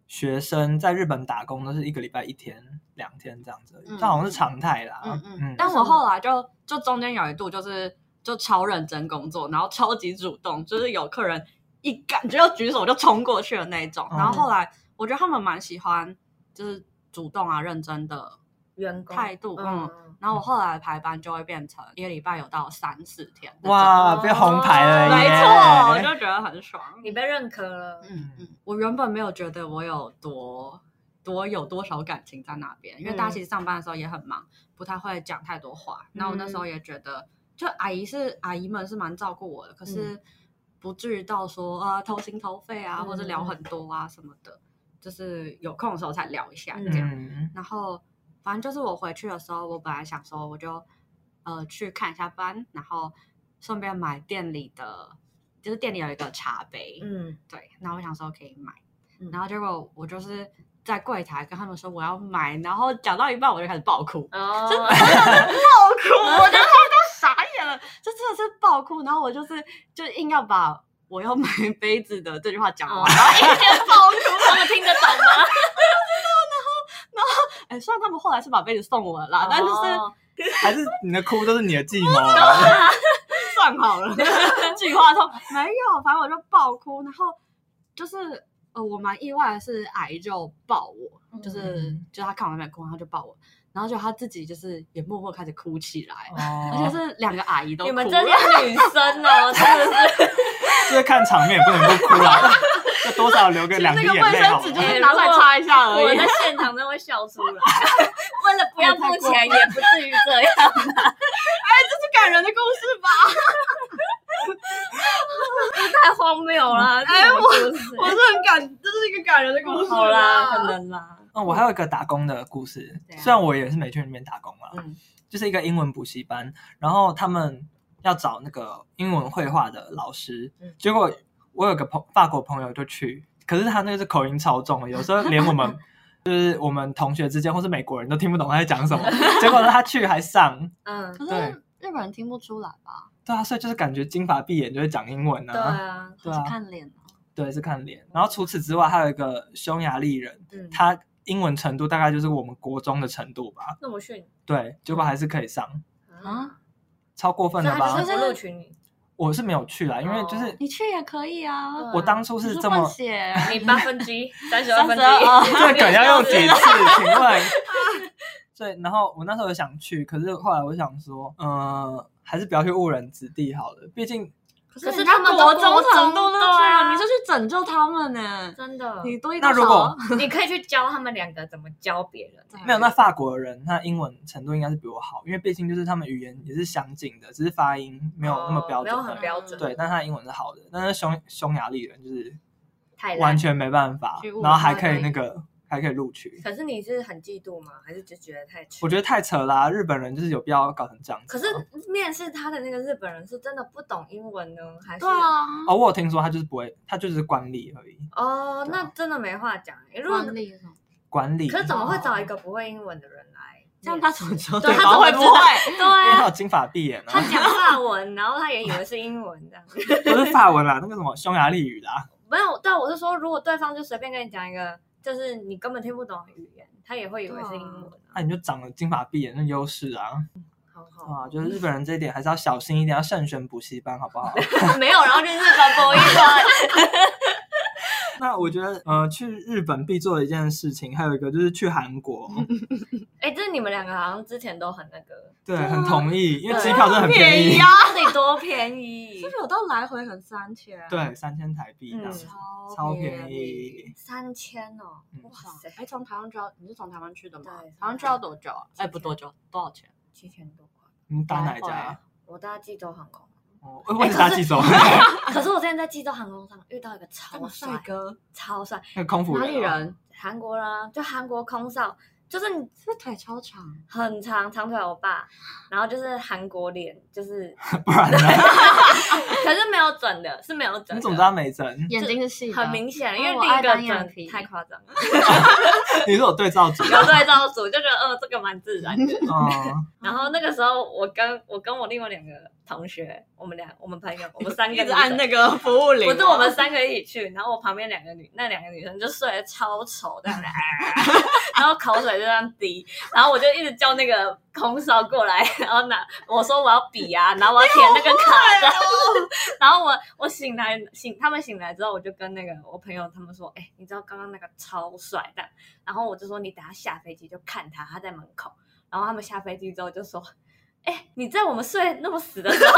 [SPEAKER 2] 学生在日本打工都是一个礼拜一天、两天这样子而已，
[SPEAKER 1] 嗯
[SPEAKER 2] 这好像是常态啦。
[SPEAKER 1] 嗯嗯
[SPEAKER 2] 嗯，
[SPEAKER 1] 但我后来就就中间有一度就是就超认真工作，然后超级主动，就是有客人一感觉要举手就冲过去的那一种。
[SPEAKER 2] 嗯
[SPEAKER 1] 然后后来我觉得他们蛮喜欢就是主动啊、认真的
[SPEAKER 4] 员工
[SPEAKER 1] 态度，嗯。
[SPEAKER 4] 嗯
[SPEAKER 1] 然后我后来排班就会变成一个礼拜有到三四天那种，
[SPEAKER 2] 哇，被红牌了耶！
[SPEAKER 1] 没错，我就觉得很爽。
[SPEAKER 4] 你被认可了，
[SPEAKER 1] 嗯嗯，我原本没有觉得我有多多有多少感情在那边，因为大家
[SPEAKER 4] 嗯
[SPEAKER 1] 其实上班的时候也很忙，不太会讲太多话。那我那时候也觉得，就阿姨是阿姨们是蛮照顾我的，可是不至于到说啊、掏心掏肺啊，或者聊很多啊什么的，就是有空的时候才聊一下这样。
[SPEAKER 2] 嗯，
[SPEAKER 1] 然后反正就是我回去的时候，我本来想说我就呃去看一下班，然后顺便买店里的，就是店里有一个茶杯，
[SPEAKER 4] 嗯，
[SPEAKER 1] 对，然后我想说可以买，
[SPEAKER 4] 嗯
[SPEAKER 1] 然后结果我就是在柜台跟他们说我要买，然后讲到一半我就开始爆哭，
[SPEAKER 4] 哦，
[SPEAKER 1] 爆哭，我当时都傻眼了，就真的是爆哭，然后我就是就硬要把我要买杯子的这句话讲完，
[SPEAKER 4] 哦
[SPEAKER 1] 然后
[SPEAKER 4] 一天爆哭，他们听得懂 [laughs] 吗？
[SPEAKER 1] 哎，虽然他们后来是把杯子送我了啦，但就是
[SPEAKER 4] 哦
[SPEAKER 2] 还是你的哭都是你的计谋啊，
[SPEAKER 1] [laughs] 算好了，计划通没有，反正我就爆哭，然后就是呃，我蛮意外的是，阿姨就抱我，就是、
[SPEAKER 2] 嗯
[SPEAKER 1] 就她看我那边哭，然后就抱我，然后就她自己就是也默默开始哭起来，而且
[SPEAKER 2] 哦，
[SPEAKER 1] 是两个阿姨都哭
[SPEAKER 4] 你
[SPEAKER 1] 了，
[SPEAKER 4] 们这些女生哦，真的是
[SPEAKER 2] 就是看场面也不能够哭了，
[SPEAKER 1] [laughs]
[SPEAKER 2] 就多少流个
[SPEAKER 1] 其实
[SPEAKER 2] 两
[SPEAKER 1] 那
[SPEAKER 2] 滴
[SPEAKER 1] 个
[SPEAKER 2] 眼
[SPEAKER 1] 卫
[SPEAKER 2] 泪好不
[SPEAKER 1] 生
[SPEAKER 2] 好
[SPEAKER 1] 纸就？是拿出来擦一下而
[SPEAKER 4] 我
[SPEAKER 1] 已
[SPEAKER 4] 在。现场真的会笑出 [laughs] 来，为了不要付钱也不至于这样。
[SPEAKER 1] 是感人的故事吧？
[SPEAKER 4] 太荒谬了！
[SPEAKER 1] 哎
[SPEAKER 4] 这种故事
[SPEAKER 1] 我是很感，这是一个感人的故事。
[SPEAKER 4] 好啦，可。能啦，
[SPEAKER 2] 嗯，我还有一个打工的故事，
[SPEAKER 1] 对啊
[SPEAKER 2] 虽然我也是没去那边打工啦，
[SPEAKER 1] 嗯
[SPEAKER 2] 就是一个英文补习班，然后他们要找那个英文绘画的老师，
[SPEAKER 4] 嗯
[SPEAKER 2] 结果我有个朋法国朋友就去，可是他那个是口音超重的，有时候连我
[SPEAKER 1] [laughs]
[SPEAKER 2] 们就是我们同学之间或是美国人都听不懂他在讲什么， [laughs] 结果他去还上，
[SPEAKER 4] 嗯，
[SPEAKER 1] 可
[SPEAKER 2] 对
[SPEAKER 1] 是日本人听不出来吧？
[SPEAKER 2] 对啊，所以就是感觉金发碧眼就会讲英文
[SPEAKER 4] 对
[SPEAKER 2] 啊，
[SPEAKER 4] 啊，
[SPEAKER 2] 对
[SPEAKER 1] 还
[SPEAKER 2] 啊
[SPEAKER 1] 是，看脸啊。
[SPEAKER 2] 对是看脸，然后除此之外还有一个匈牙利人，
[SPEAKER 4] 嗯，
[SPEAKER 2] 他英文程度大概就是我们国中的程度吧。
[SPEAKER 4] 那么逊
[SPEAKER 2] 对，结果还是可以上，
[SPEAKER 1] 啊，
[SPEAKER 2] 超过分
[SPEAKER 4] 嗯那
[SPEAKER 2] 了吧
[SPEAKER 4] 他就？是不录取你，
[SPEAKER 2] 我是没有去啦，因为就是
[SPEAKER 4] 哦
[SPEAKER 1] 你去也可以啊。
[SPEAKER 4] 对啊
[SPEAKER 2] 我当初
[SPEAKER 1] 不
[SPEAKER 2] 是这
[SPEAKER 1] 混
[SPEAKER 2] 么，
[SPEAKER 1] 血，
[SPEAKER 4] 你八分之一，三十二
[SPEAKER 1] 三
[SPEAKER 4] 分
[SPEAKER 1] 十
[SPEAKER 4] 之一，
[SPEAKER 1] 二。
[SPEAKER 2] 这个梗要用几次？请问？
[SPEAKER 4] [laughs]
[SPEAKER 2] 对，然后我那时候有想去，可是后来我想说，嗯，还是不要去误人子弟好了，毕竟
[SPEAKER 1] 可
[SPEAKER 4] 是他们都
[SPEAKER 1] 国
[SPEAKER 4] 国
[SPEAKER 1] 中程度
[SPEAKER 4] 中
[SPEAKER 1] 都
[SPEAKER 4] 对
[SPEAKER 1] 去
[SPEAKER 4] 啊
[SPEAKER 1] 了，你是去拯救他们呢？
[SPEAKER 4] 真的。
[SPEAKER 1] 你多一
[SPEAKER 2] 那
[SPEAKER 1] 多
[SPEAKER 2] 如
[SPEAKER 1] 少
[SPEAKER 2] 果
[SPEAKER 1] 啊？
[SPEAKER 4] 你可以去教他们两个怎么教别人，
[SPEAKER 2] 没有那法国人，他英文程度应该是比我好，因为毕竟就是他们语言也是相近的，只是发音没有那么标准
[SPEAKER 4] 哦
[SPEAKER 2] 而
[SPEAKER 4] 没有很
[SPEAKER 2] 已。
[SPEAKER 4] 标准，
[SPEAKER 2] 对，但他的英文是好的，但是匈匈牙利人就是
[SPEAKER 4] 太烂
[SPEAKER 2] 完。全没办法
[SPEAKER 1] 去误，
[SPEAKER 2] 然后还
[SPEAKER 1] 会
[SPEAKER 2] 可以
[SPEAKER 1] 而
[SPEAKER 2] 那
[SPEAKER 1] 已
[SPEAKER 2] 个还可以录取，
[SPEAKER 4] 可是你是很嫉妒吗？还是就觉得太
[SPEAKER 2] 我
[SPEAKER 4] 蠢？
[SPEAKER 2] 觉得太扯啦、日本人就是有必要搞成这样子啊
[SPEAKER 4] 可
[SPEAKER 2] 吗。
[SPEAKER 4] 是面试他的那个日本人是真的不懂英文呢，还是
[SPEAKER 1] 对啊，
[SPEAKER 2] 哦，我有听说他就是不会，他就是管理而已，
[SPEAKER 4] 哦，
[SPEAKER 2] 对啊
[SPEAKER 4] 那真的没话讲。欸如果
[SPEAKER 1] 力什么？
[SPEAKER 2] 管理。
[SPEAKER 4] 可是怎么会找一个不会英文的人来？
[SPEAKER 1] 这哦样他怎么知道
[SPEAKER 4] 对
[SPEAKER 1] 对
[SPEAKER 4] 他
[SPEAKER 1] 方会
[SPEAKER 4] 怎
[SPEAKER 1] 不
[SPEAKER 4] 么知道
[SPEAKER 1] [laughs] 会？
[SPEAKER 4] [laughs] 对
[SPEAKER 2] 因为他
[SPEAKER 4] 啊
[SPEAKER 2] [laughs] 有，金发碧眼
[SPEAKER 4] 他
[SPEAKER 2] 啊，
[SPEAKER 4] 讲法文，然后他也以为是英文这样。
[SPEAKER 2] 不是法文啦，那个什么匈牙利语啦，
[SPEAKER 4] 没有，但我是说，如果对方就随便跟你讲一个，就是你根本听不懂的语言，他也会以为是英文啊。
[SPEAKER 2] 那、你就长了金发碧眼的优势啊，
[SPEAKER 4] 好好，
[SPEAKER 2] 啊，就是日本人这一点还是要小心一点，要慎选补习班，好不好？ [laughs]
[SPEAKER 1] 啊
[SPEAKER 4] 没有，然后就日本播音班。
[SPEAKER 2] 那我觉得，呃，去日本必做的一件事情，还有一个就是去韩国，
[SPEAKER 4] [laughs] 哎，这你们两个好像之前都很那个，
[SPEAKER 2] 对，
[SPEAKER 1] 啊
[SPEAKER 2] 很同意，因为
[SPEAKER 4] 对
[SPEAKER 2] 机票真的很
[SPEAKER 4] 哎
[SPEAKER 2] 便宜，
[SPEAKER 1] 啊！
[SPEAKER 4] 到底多便宜
[SPEAKER 1] 这？个有到来回很三千，，
[SPEAKER 2] 对，三千台币
[SPEAKER 4] 嗯
[SPEAKER 2] 这样子，
[SPEAKER 1] 超
[SPEAKER 2] 超
[SPEAKER 1] 便
[SPEAKER 2] 便宜。
[SPEAKER 4] 三千哦
[SPEAKER 2] 嗯，
[SPEAKER 4] 哇塞，
[SPEAKER 1] 哎，从台湾就要，你是从台湾去的吗
[SPEAKER 4] 对？
[SPEAKER 1] 台湾去要多久啊？哎，不多久，多少钱？
[SPEAKER 4] 七千多块，
[SPEAKER 2] 你打哪一
[SPEAKER 1] 来回
[SPEAKER 2] 家？
[SPEAKER 4] 我搭济州航
[SPEAKER 1] [laughs]
[SPEAKER 4] 空。
[SPEAKER 2] 哦，我只打
[SPEAKER 4] [laughs]
[SPEAKER 2] 济州，
[SPEAKER 4] 可是我之前在济州航空上遇到一个超帅
[SPEAKER 1] 帅
[SPEAKER 4] 哥，
[SPEAKER 1] 哥，
[SPEAKER 4] 超帅
[SPEAKER 2] 那个空服
[SPEAKER 1] 哪里
[SPEAKER 2] 员啊。
[SPEAKER 1] 人？
[SPEAKER 4] 韩国人啊，就韩国空少，就是你
[SPEAKER 1] 这腿超长，
[SPEAKER 4] 很长长腿欧巴，然后就是韩国脸，
[SPEAKER 1] [laughs]
[SPEAKER 4] 就是
[SPEAKER 2] [laughs] 不然
[SPEAKER 4] [laughs]
[SPEAKER 2] 呢？
[SPEAKER 4] 可是没有整的，是没有整的。
[SPEAKER 2] 你怎么知道美珍？ [laughs]
[SPEAKER 1] 眼睛是细的，
[SPEAKER 4] 很明显，因为
[SPEAKER 1] 哦
[SPEAKER 4] 第
[SPEAKER 1] 我爱
[SPEAKER 4] 一个
[SPEAKER 1] 单眼
[SPEAKER 4] 整
[SPEAKER 1] 皮
[SPEAKER 4] 太夸张了，。
[SPEAKER 2] 你是有对照组
[SPEAKER 4] 有对
[SPEAKER 1] [laughs]
[SPEAKER 4] 照组就觉得，呃，这个蛮自然的。
[SPEAKER 2] 嗯，
[SPEAKER 4] 然后那个时候，我跟我跟我另外两个同学，我们俩，我们朋友，我们三个
[SPEAKER 1] 一
[SPEAKER 4] 女
[SPEAKER 1] 直
[SPEAKER 4] 生
[SPEAKER 1] 按那 [laughs] 个服务铃，
[SPEAKER 4] 不是我们三个一起去，然后我旁边两个女，那两个女生就睡得超丑，这样的，然后口水就这样滴，然后我就一直叫那个空少过来，然后拿我说我要笔啊，然后我要填那个卡的，然后我我醒来醒，他们醒来之后，我就跟那个我朋友他们说，哎、你知道刚刚那个超帅的，然后我就说你等下下飞机就看他，他在门口，然后他们下飞机之后就说。哎、你在我们睡那么死的时候，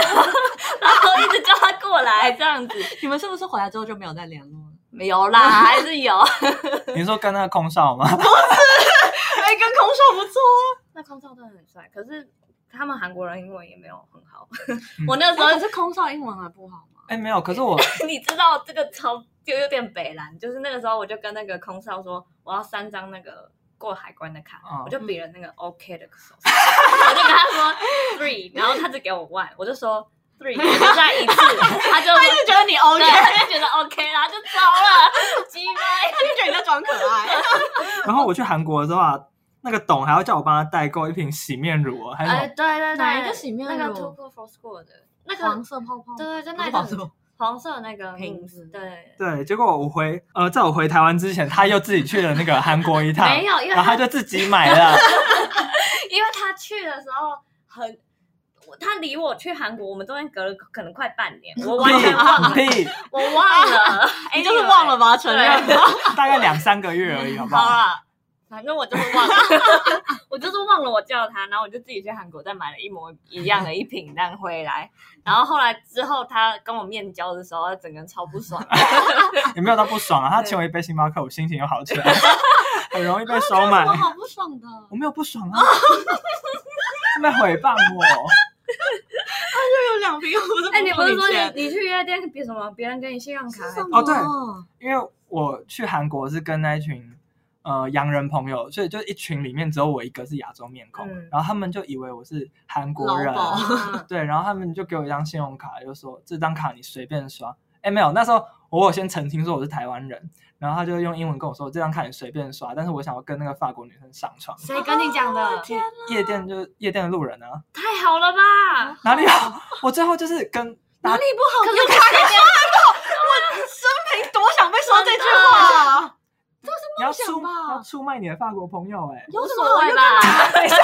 [SPEAKER 4] 然后一直叫他过来这样子，
[SPEAKER 1] 你们是不是回来之后就没有再联络了？
[SPEAKER 4] 没有啦， [laughs] 还是有。
[SPEAKER 2] 你说跟那个空少吗？ [laughs]
[SPEAKER 1] 哎，跟空少不错
[SPEAKER 4] 那空少真的很帅，可是他们韩国人英文也没有很好
[SPEAKER 2] 嗯。
[SPEAKER 4] [laughs] 我那时
[SPEAKER 1] 啊，可
[SPEAKER 4] 候，
[SPEAKER 1] 是空少英文还不好吗？
[SPEAKER 2] 哎、没有，可是我
[SPEAKER 4] 你知道这个超就有点北蓝，就是那个时候我就跟那个空少说，我要三张那个过海关的卡，
[SPEAKER 2] 嗯
[SPEAKER 4] 我就比了那个 OK 的手势， [laughs] 我就跟他说 three，然后他只给我 one，我就说 three，我就再
[SPEAKER 1] [laughs]
[SPEAKER 4] 一次，他就
[SPEAKER 1] 他就觉得你哦
[SPEAKER 4] 对，
[SPEAKER 1] OK，
[SPEAKER 4] 他就觉得 OK，然后就走了，鸡掰。
[SPEAKER 1] 就觉得你在装可爱。
[SPEAKER 2] 然后我去韩国的时候啊，那个董还要叫我帮他代购一瓶洗面乳哦，还有什
[SPEAKER 4] 哎，
[SPEAKER 2] 么
[SPEAKER 4] 对对对，
[SPEAKER 1] 哪一个洗面
[SPEAKER 4] 那
[SPEAKER 1] 乳
[SPEAKER 4] 个 Too Cool for School 的，那个
[SPEAKER 1] [laughs] 黄色泡泡，
[SPEAKER 4] 对对，就
[SPEAKER 1] 不
[SPEAKER 4] 那
[SPEAKER 1] 是
[SPEAKER 4] 一
[SPEAKER 1] 黄色泡
[SPEAKER 4] 个
[SPEAKER 1] 泡，
[SPEAKER 4] 黄色那个
[SPEAKER 1] 瓶子
[SPEAKER 4] 对，
[SPEAKER 2] 对，结果我回呃，在我回台湾之前，他又自己去了那个韩国一趟，
[SPEAKER 4] 没有，因为
[SPEAKER 2] 然后
[SPEAKER 4] 他
[SPEAKER 2] 他就自己买了。
[SPEAKER 4] 因为他去的时候很，我他离我去韩国，我们中间隔了可能快半年，我完
[SPEAKER 1] [laughs]
[SPEAKER 4] 全忘了，
[SPEAKER 2] 屁，屁
[SPEAKER 4] 我忘了，哎，
[SPEAKER 1] [laughs] 你就是忘了吧？承认吧。
[SPEAKER 2] 大概两三个月而已，好不
[SPEAKER 4] 好啊
[SPEAKER 2] 好？
[SPEAKER 4] 了，反正我就是忘了， [laughs] 我就是忘了我叫他，然后我就自己去韩国再买了一模一样的一瓶蛋回来，然后后来之后他跟我面交的时候，他整个人超不
[SPEAKER 1] [laughs]
[SPEAKER 4] 爽，
[SPEAKER 2] 也没有到不爽啊，他请我一杯星巴克，我心情又好起
[SPEAKER 4] [laughs]
[SPEAKER 2] 来，很容易被收买。
[SPEAKER 1] 我好不爽的，
[SPEAKER 2] 我没有不爽啊，他们诽谤我。
[SPEAKER 1] 有两瓶，我
[SPEAKER 4] 哎，你不是说
[SPEAKER 1] [laughs]
[SPEAKER 4] 你你去夜店别什么，别人给你信用卡还
[SPEAKER 2] 哦对因为我去韩国是跟那一群呃洋人朋友，所以就一群里面只有我一个是亚洲面孔，
[SPEAKER 4] 嗯
[SPEAKER 2] 然后他们就以为我是韩国人，
[SPEAKER 1] 老鸨
[SPEAKER 4] 嗯
[SPEAKER 2] 对，然后他们就给我一张信用卡，就说这张卡你随便刷。哎，没有，那时候我有先澄清说我是台湾人，然后他就用英文跟我说这张卡你随便刷，但是我想要跟那个法国女生上床，
[SPEAKER 4] 谁跟你讲的？
[SPEAKER 2] 夜店就是夜店的路人啊，
[SPEAKER 4] 太好了吧！
[SPEAKER 2] 哪里好？我最后就是跟
[SPEAKER 1] 哪
[SPEAKER 2] 大
[SPEAKER 1] 里不好？
[SPEAKER 4] 可
[SPEAKER 1] 你
[SPEAKER 4] 是
[SPEAKER 1] 又开始我生平多想被说这句话，
[SPEAKER 2] 你要
[SPEAKER 1] 想
[SPEAKER 2] 出
[SPEAKER 1] 吧
[SPEAKER 4] 哦
[SPEAKER 2] 要出卖你的法国朋友哎、
[SPEAKER 4] [laughs]
[SPEAKER 1] 有
[SPEAKER 4] 无
[SPEAKER 1] 什
[SPEAKER 4] 所
[SPEAKER 1] 么好
[SPEAKER 4] 谓
[SPEAKER 1] 又干
[SPEAKER 4] 吧
[SPEAKER 1] 嘛？下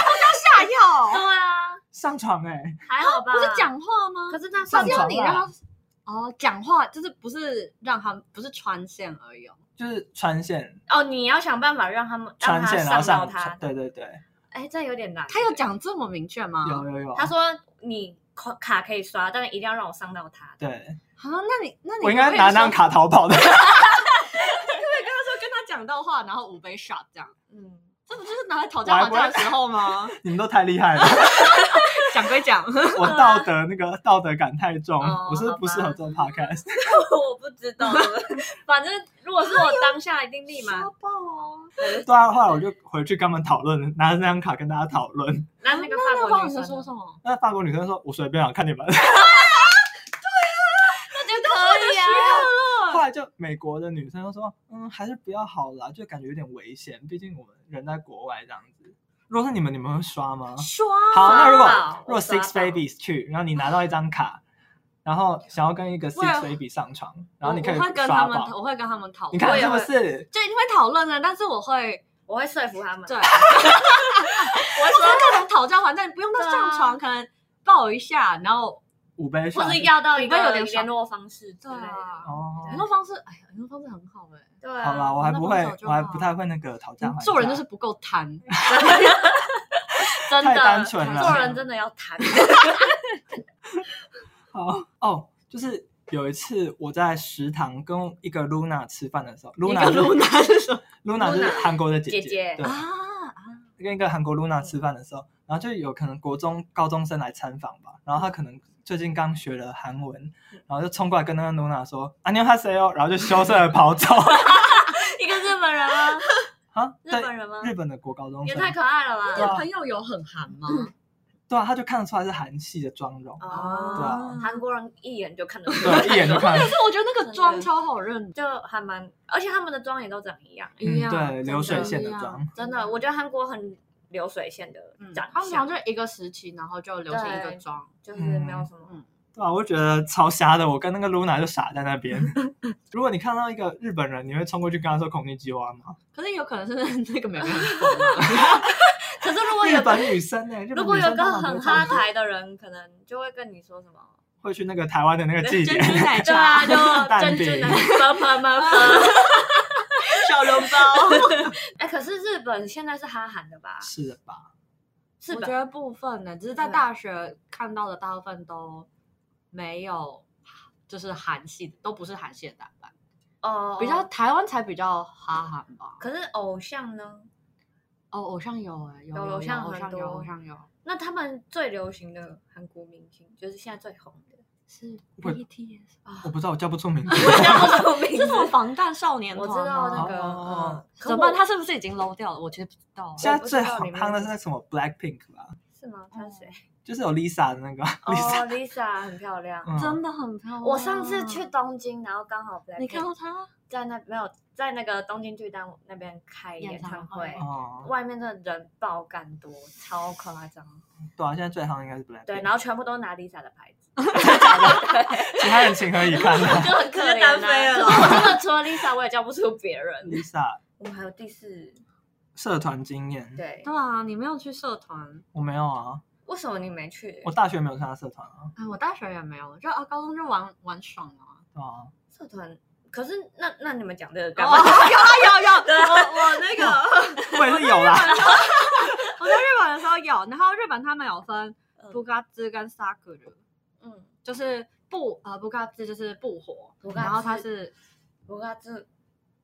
[SPEAKER 4] 对
[SPEAKER 1] 药？
[SPEAKER 4] 啊，
[SPEAKER 2] 上床哎、
[SPEAKER 4] 还好吧。
[SPEAKER 1] 哦不是，讲话吗？
[SPEAKER 4] 可是那
[SPEAKER 1] 是
[SPEAKER 2] 上
[SPEAKER 4] 上
[SPEAKER 1] 是
[SPEAKER 2] 床啦
[SPEAKER 1] 要你让他哦讲话，就是不是让他不是穿线而已哦。
[SPEAKER 2] 就是穿线
[SPEAKER 4] 哦，你要想办法让他们让
[SPEAKER 2] 穿
[SPEAKER 4] 他
[SPEAKER 2] 线然后
[SPEAKER 4] 到
[SPEAKER 2] 上
[SPEAKER 4] 他。
[SPEAKER 2] 对对对。
[SPEAKER 4] 哎，这有点难。
[SPEAKER 1] 他有，讲这么明确吗？
[SPEAKER 2] 有有有，
[SPEAKER 4] 他说你卡卡可以刷，但是一定要让我上到他。
[SPEAKER 1] [laughs]
[SPEAKER 2] 对，
[SPEAKER 1] 好，啊那你那你
[SPEAKER 2] 我应该拿那张
[SPEAKER 1] 张
[SPEAKER 2] 卡逃
[SPEAKER 4] [laughs]
[SPEAKER 2] 跑的。
[SPEAKER 1] 对，跟他说跟他讲到话，然后五杯 shot 这样，
[SPEAKER 4] 嗯，
[SPEAKER 1] 这不就是拿来讨价还价的时候吗？
[SPEAKER 2] 你们都太厉害
[SPEAKER 4] [laughs]
[SPEAKER 2] 了，
[SPEAKER 1] 讲归
[SPEAKER 2] [laughs]
[SPEAKER 1] 讲，
[SPEAKER 2] 我道德那个道德感太重，
[SPEAKER 4] 哦
[SPEAKER 2] 我是不适合做 podcast。
[SPEAKER 4] 我不知道， [laughs] 反正如果是我当下一定立马
[SPEAKER 1] 刷爆哦！
[SPEAKER 2] 对啊，后来我就回去跟他们讨论，拿着那张卡跟大家讨论。
[SPEAKER 4] 那那个
[SPEAKER 1] 那
[SPEAKER 4] 法
[SPEAKER 1] 那
[SPEAKER 4] 国
[SPEAKER 1] 女
[SPEAKER 4] 女
[SPEAKER 1] 生
[SPEAKER 4] 生
[SPEAKER 1] 说什么？
[SPEAKER 2] 那法国女生说：“我随便啊，看你们。 [laughs]
[SPEAKER 1] 啊
[SPEAKER 4] 那就可以啊。”
[SPEAKER 2] 后来就美国的女生就说：“嗯，还是不要好了啊，就感觉有点危险，毕竟我们人在国外这样子。”如果是你们，你们会刷吗？
[SPEAKER 1] 刷
[SPEAKER 2] 好，那如果
[SPEAKER 4] 刷吧
[SPEAKER 2] 如果
[SPEAKER 4] 我刷
[SPEAKER 2] Six
[SPEAKER 4] 吧
[SPEAKER 2] Babies 去，然后你拿到一张卡，然后想要跟一个 Six
[SPEAKER 1] 我
[SPEAKER 2] Baby 上床，然后你可
[SPEAKER 1] 我
[SPEAKER 2] 以
[SPEAKER 1] 我会跟
[SPEAKER 2] 刷
[SPEAKER 1] 他们，
[SPEAKER 2] 爆。
[SPEAKER 1] 我会跟他们讨论，
[SPEAKER 2] 你看
[SPEAKER 1] 我也
[SPEAKER 2] 是不
[SPEAKER 1] 会
[SPEAKER 4] 啊
[SPEAKER 2] 是？
[SPEAKER 1] 就一定会讨论的，但是我会
[SPEAKER 4] 我会说服他们。
[SPEAKER 1] 对，啊
[SPEAKER 4] 我
[SPEAKER 1] 我
[SPEAKER 4] 会说
[SPEAKER 1] 可能讨价还价，你不用到上床，
[SPEAKER 4] 对啊
[SPEAKER 1] 可能抱一下，然后
[SPEAKER 2] 五杯水
[SPEAKER 4] 或是要到一
[SPEAKER 1] 我会有
[SPEAKER 4] 个
[SPEAKER 1] 点爽
[SPEAKER 4] 联络方式之类的。
[SPEAKER 1] 啊，
[SPEAKER 2] 哦，
[SPEAKER 1] 联络方式，哎呀，联络方式很好哎。
[SPEAKER 4] 对啊，
[SPEAKER 2] 好啦，我还
[SPEAKER 1] 那
[SPEAKER 2] 不
[SPEAKER 1] 分
[SPEAKER 2] 会
[SPEAKER 1] 手，就
[SPEAKER 2] 我还
[SPEAKER 1] 好
[SPEAKER 2] 不太会那个讨价还价。
[SPEAKER 1] 做人就是不够贪，
[SPEAKER 4] 真的
[SPEAKER 2] 太单纯
[SPEAKER 1] 了
[SPEAKER 4] 做人真的要
[SPEAKER 2] [laughs]
[SPEAKER 4] 谈。
[SPEAKER 2] 好哦，就是有一次我在食堂跟一个 Luna 吃饭的时候
[SPEAKER 1] 一
[SPEAKER 2] ，Luna
[SPEAKER 1] 个
[SPEAKER 2] 就
[SPEAKER 1] 露娜
[SPEAKER 2] [laughs]
[SPEAKER 1] 是什么
[SPEAKER 2] Luna 是
[SPEAKER 4] Luna，
[SPEAKER 2] 韩国的姐
[SPEAKER 4] 姐姐
[SPEAKER 2] 对，
[SPEAKER 1] 啊？
[SPEAKER 2] 跟一个韩国 Luna 吃饭的时候，然后就有可能国中高中生来参访吧，然后他可能最近刚学了韩文，然后就冲过来跟那个 Luna 说“안녕하세요”，然后就啊哦羞涩的跑走 [laughs]
[SPEAKER 4] 一个日本人吗？
[SPEAKER 2] 啊，
[SPEAKER 4] 日
[SPEAKER 2] 对
[SPEAKER 4] 本人吗
[SPEAKER 2] 日本的国高中
[SPEAKER 4] 也
[SPEAKER 2] 生，
[SPEAKER 4] 太可爱了
[SPEAKER 1] 那
[SPEAKER 2] 对啊
[SPEAKER 4] 吧！
[SPEAKER 1] 个朋友有很韩吗？
[SPEAKER 2] 对啊，他就看得出来是韩系的妆容，
[SPEAKER 4] 哦
[SPEAKER 2] 对
[SPEAKER 1] 哦
[SPEAKER 2] 啊
[SPEAKER 4] 韩国人一眼就看得出来，
[SPEAKER 2] 对，一啊眼就看得
[SPEAKER 1] 可是我觉得那个妆超好认，
[SPEAKER 4] 就还蛮，而且他们的妆也都长一样，
[SPEAKER 2] 嗯，
[SPEAKER 1] [laughs] 一样
[SPEAKER 2] 对，流水
[SPEAKER 1] 真的
[SPEAKER 2] 线的
[SPEAKER 1] 一样
[SPEAKER 2] 妆，
[SPEAKER 4] 嗯真的，我觉得韩国很流水线的
[SPEAKER 1] 嗯，
[SPEAKER 4] 长
[SPEAKER 1] 他们好
[SPEAKER 4] 相，
[SPEAKER 1] 像就一个时期，然后就流行一个
[SPEAKER 4] 对
[SPEAKER 1] 妆，
[SPEAKER 4] 就是没有什么。
[SPEAKER 1] 嗯，
[SPEAKER 2] 对啊，我就觉得超瞎的。我跟那个 Luna 就傻在那边。 [laughs] 如果你看到一个日本人，你会冲过去跟他说“孔尼基蛙”吗？
[SPEAKER 1] 可是有可能是 [laughs] 那个美国人疯了
[SPEAKER 4] 可是如果
[SPEAKER 2] 日
[SPEAKER 4] 有
[SPEAKER 2] 本女生呢、欸日
[SPEAKER 4] 如
[SPEAKER 2] 本
[SPEAKER 4] 果
[SPEAKER 2] 女
[SPEAKER 4] 有
[SPEAKER 2] 生
[SPEAKER 4] 个
[SPEAKER 2] 通常都
[SPEAKER 4] 很
[SPEAKER 2] 会
[SPEAKER 4] 哈
[SPEAKER 2] 超
[SPEAKER 4] 台的人，可能就会跟你说什么。
[SPEAKER 2] 会去那个台湾的那个祭
[SPEAKER 1] 珍
[SPEAKER 2] 典 [laughs]
[SPEAKER 1] 珠，奶
[SPEAKER 4] 对
[SPEAKER 1] 茶
[SPEAKER 4] 啊，就
[SPEAKER 2] 蛋
[SPEAKER 4] 珍
[SPEAKER 2] 饼
[SPEAKER 4] 珠奶茶，啪啪 [laughs] 啪。
[SPEAKER 1] 小笼包，
[SPEAKER 4] 哎，可是日本现在是哈韩的吧？
[SPEAKER 2] [laughs] 是的吧？
[SPEAKER 4] 是
[SPEAKER 1] 我觉
[SPEAKER 4] 吧？
[SPEAKER 1] 得部分呢，只是在
[SPEAKER 4] 对
[SPEAKER 1] 大学看到的大部分都没有，就是韩系的，都不是韩系的打扮，
[SPEAKER 4] 哦，
[SPEAKER 1] 比较台湾才比较哈韩吧。
[SPEAKER 4] 可是偶像呢？
[SPEAKER 1] 哦，偶像有哎，有
[SPEAKER 4] 有偶
[SPEAKER 1] 偶
[SPEAKER 4] 像
[SPEAKER 1] 偶
[SPEAKER 4] 很
[SPEAKER 1] 像有
[SPEAKER 4] 多
[SPEAKER 1] 偶像有，
[SPEAKER 4] 那他们最流行的韩国明星，就是现在最红 [laughs] 的，
[SPEAKER 1] 是
[SPEAKER 2] 我
[SPEAKER 1] BTS，
[SPEAKER 2] 我不知道，我叫不出名字。
[SPEAKER 4] [laughs] 叫做明
[SPEAKER 1] 这是什么防弹少年
[SPEAKER 4] 我
[SPEAKER 1] 团
[SPEAKER 4] 知道那
[SPEAKER 1] 吗
[SPEAKER 4] 个，
[SPEAKER 2] 哦
[SPEAKER 4] 嗯，
[SPEAKER 1] 怎么办？他是不是已经 low 掉了？我其实不知道。啊
[SPEAKER 2] 现在
[SPEAKER 4] 不知
[SPEAKER 2] 最
[SPEAKER 4] 道
[SPEAKER 2] 好
[SPEAKER 4] 里面
[SPEAKER 2] 夯的是那个什么 Blackpink 吧，
[SPEAKER 4] 是吗？他谁？
[SPEAKER 2] 就是有 Lisa 的那个
[SPEAKER 4] 哦
[SPEAKER 2] Lisa。
[SPEAKER 4] ，Lisa 很漂亮。
[SPEAKER 2] 嗯
[SPEAKER 1] 真的很漂亮。
[SPEAKER 4] 我上次去，东京，然后刚好
[SPEAKER 1] 你
[SPEAKER 4] Blackpink
[SPEAKER 1] 看到他？
[SPEAKER 4] 在那没有在那个东京巨蛋那边开
[SPEAKER 1] 演
[SPEAKER 4] 演
[SPEAKER 1] 唱
[SPEAKER 4] 唱
[SPEAKER 1] 会
[SPEAKER 4] 会，
[SPEAKER 2] 哦，
[SPEAKER 4] 外面的人爆干多，超夸张。
[SPEAKER 2] 对啊，现在最夯应该是 Blackpink。
[SPEAKER 1] 嗯
[SPEAKER 4] 对，然后全部都拿 Lisa 的牌子，
[SPEAKER 2] 其他人情何以堪啊
[SPEAKER 4] 就很可怜、啊。
[SPEAKER 1] 直接单飞了
[SPEAKER 4] 可是我真的除了 Lisa，我也叫不出别人。
[SPEAKER 2] ？Lisa
[SPEAKER 4] 我们还有第四，
[SPEAKER 1] 嗯
[SPEAKER 2] 社团经验，
[SPEAKER 4] 对，
[SPEAKER 1] 对啊，你没有去社团？
[SPEAKER 2] 我没有啊，
[SPEAKER 4] 为什么你没去
[SPEAKER 2] 我？大学没有参加社团啊，
[SPEAKER 1] 哎，我大学也没有，就啊，高中就玩玩爽了啊。
[SPEAKER 2] 对
[SPEAKER 4] [laughs]
[SPEAKER 2] 啊，
[SPEAKER 4] 社团？可是那那你们讲这个
[SPEAKER 1] [laughs] 有
[SPEAKER 4] 干嘛？
[SPEAKER 1] 啊有有，我我那个
[SPEAKER 2] 我也是有
[SPEAKER 4] [laughs]
[SPEAKER 2] 啦。
[SPEAKER 1] 我在日本的时候有，然后日本他们有分布嘎兹跟萨克的，
[SPEAKER 4] 嗯，
[SPEAKER 1] 就是布呃布嘎兹就是布火，
[SPEAKER 4] 布嘎兹
[SPEAKER 1] 然后它是
[SPEAKER 4] 不卡兹，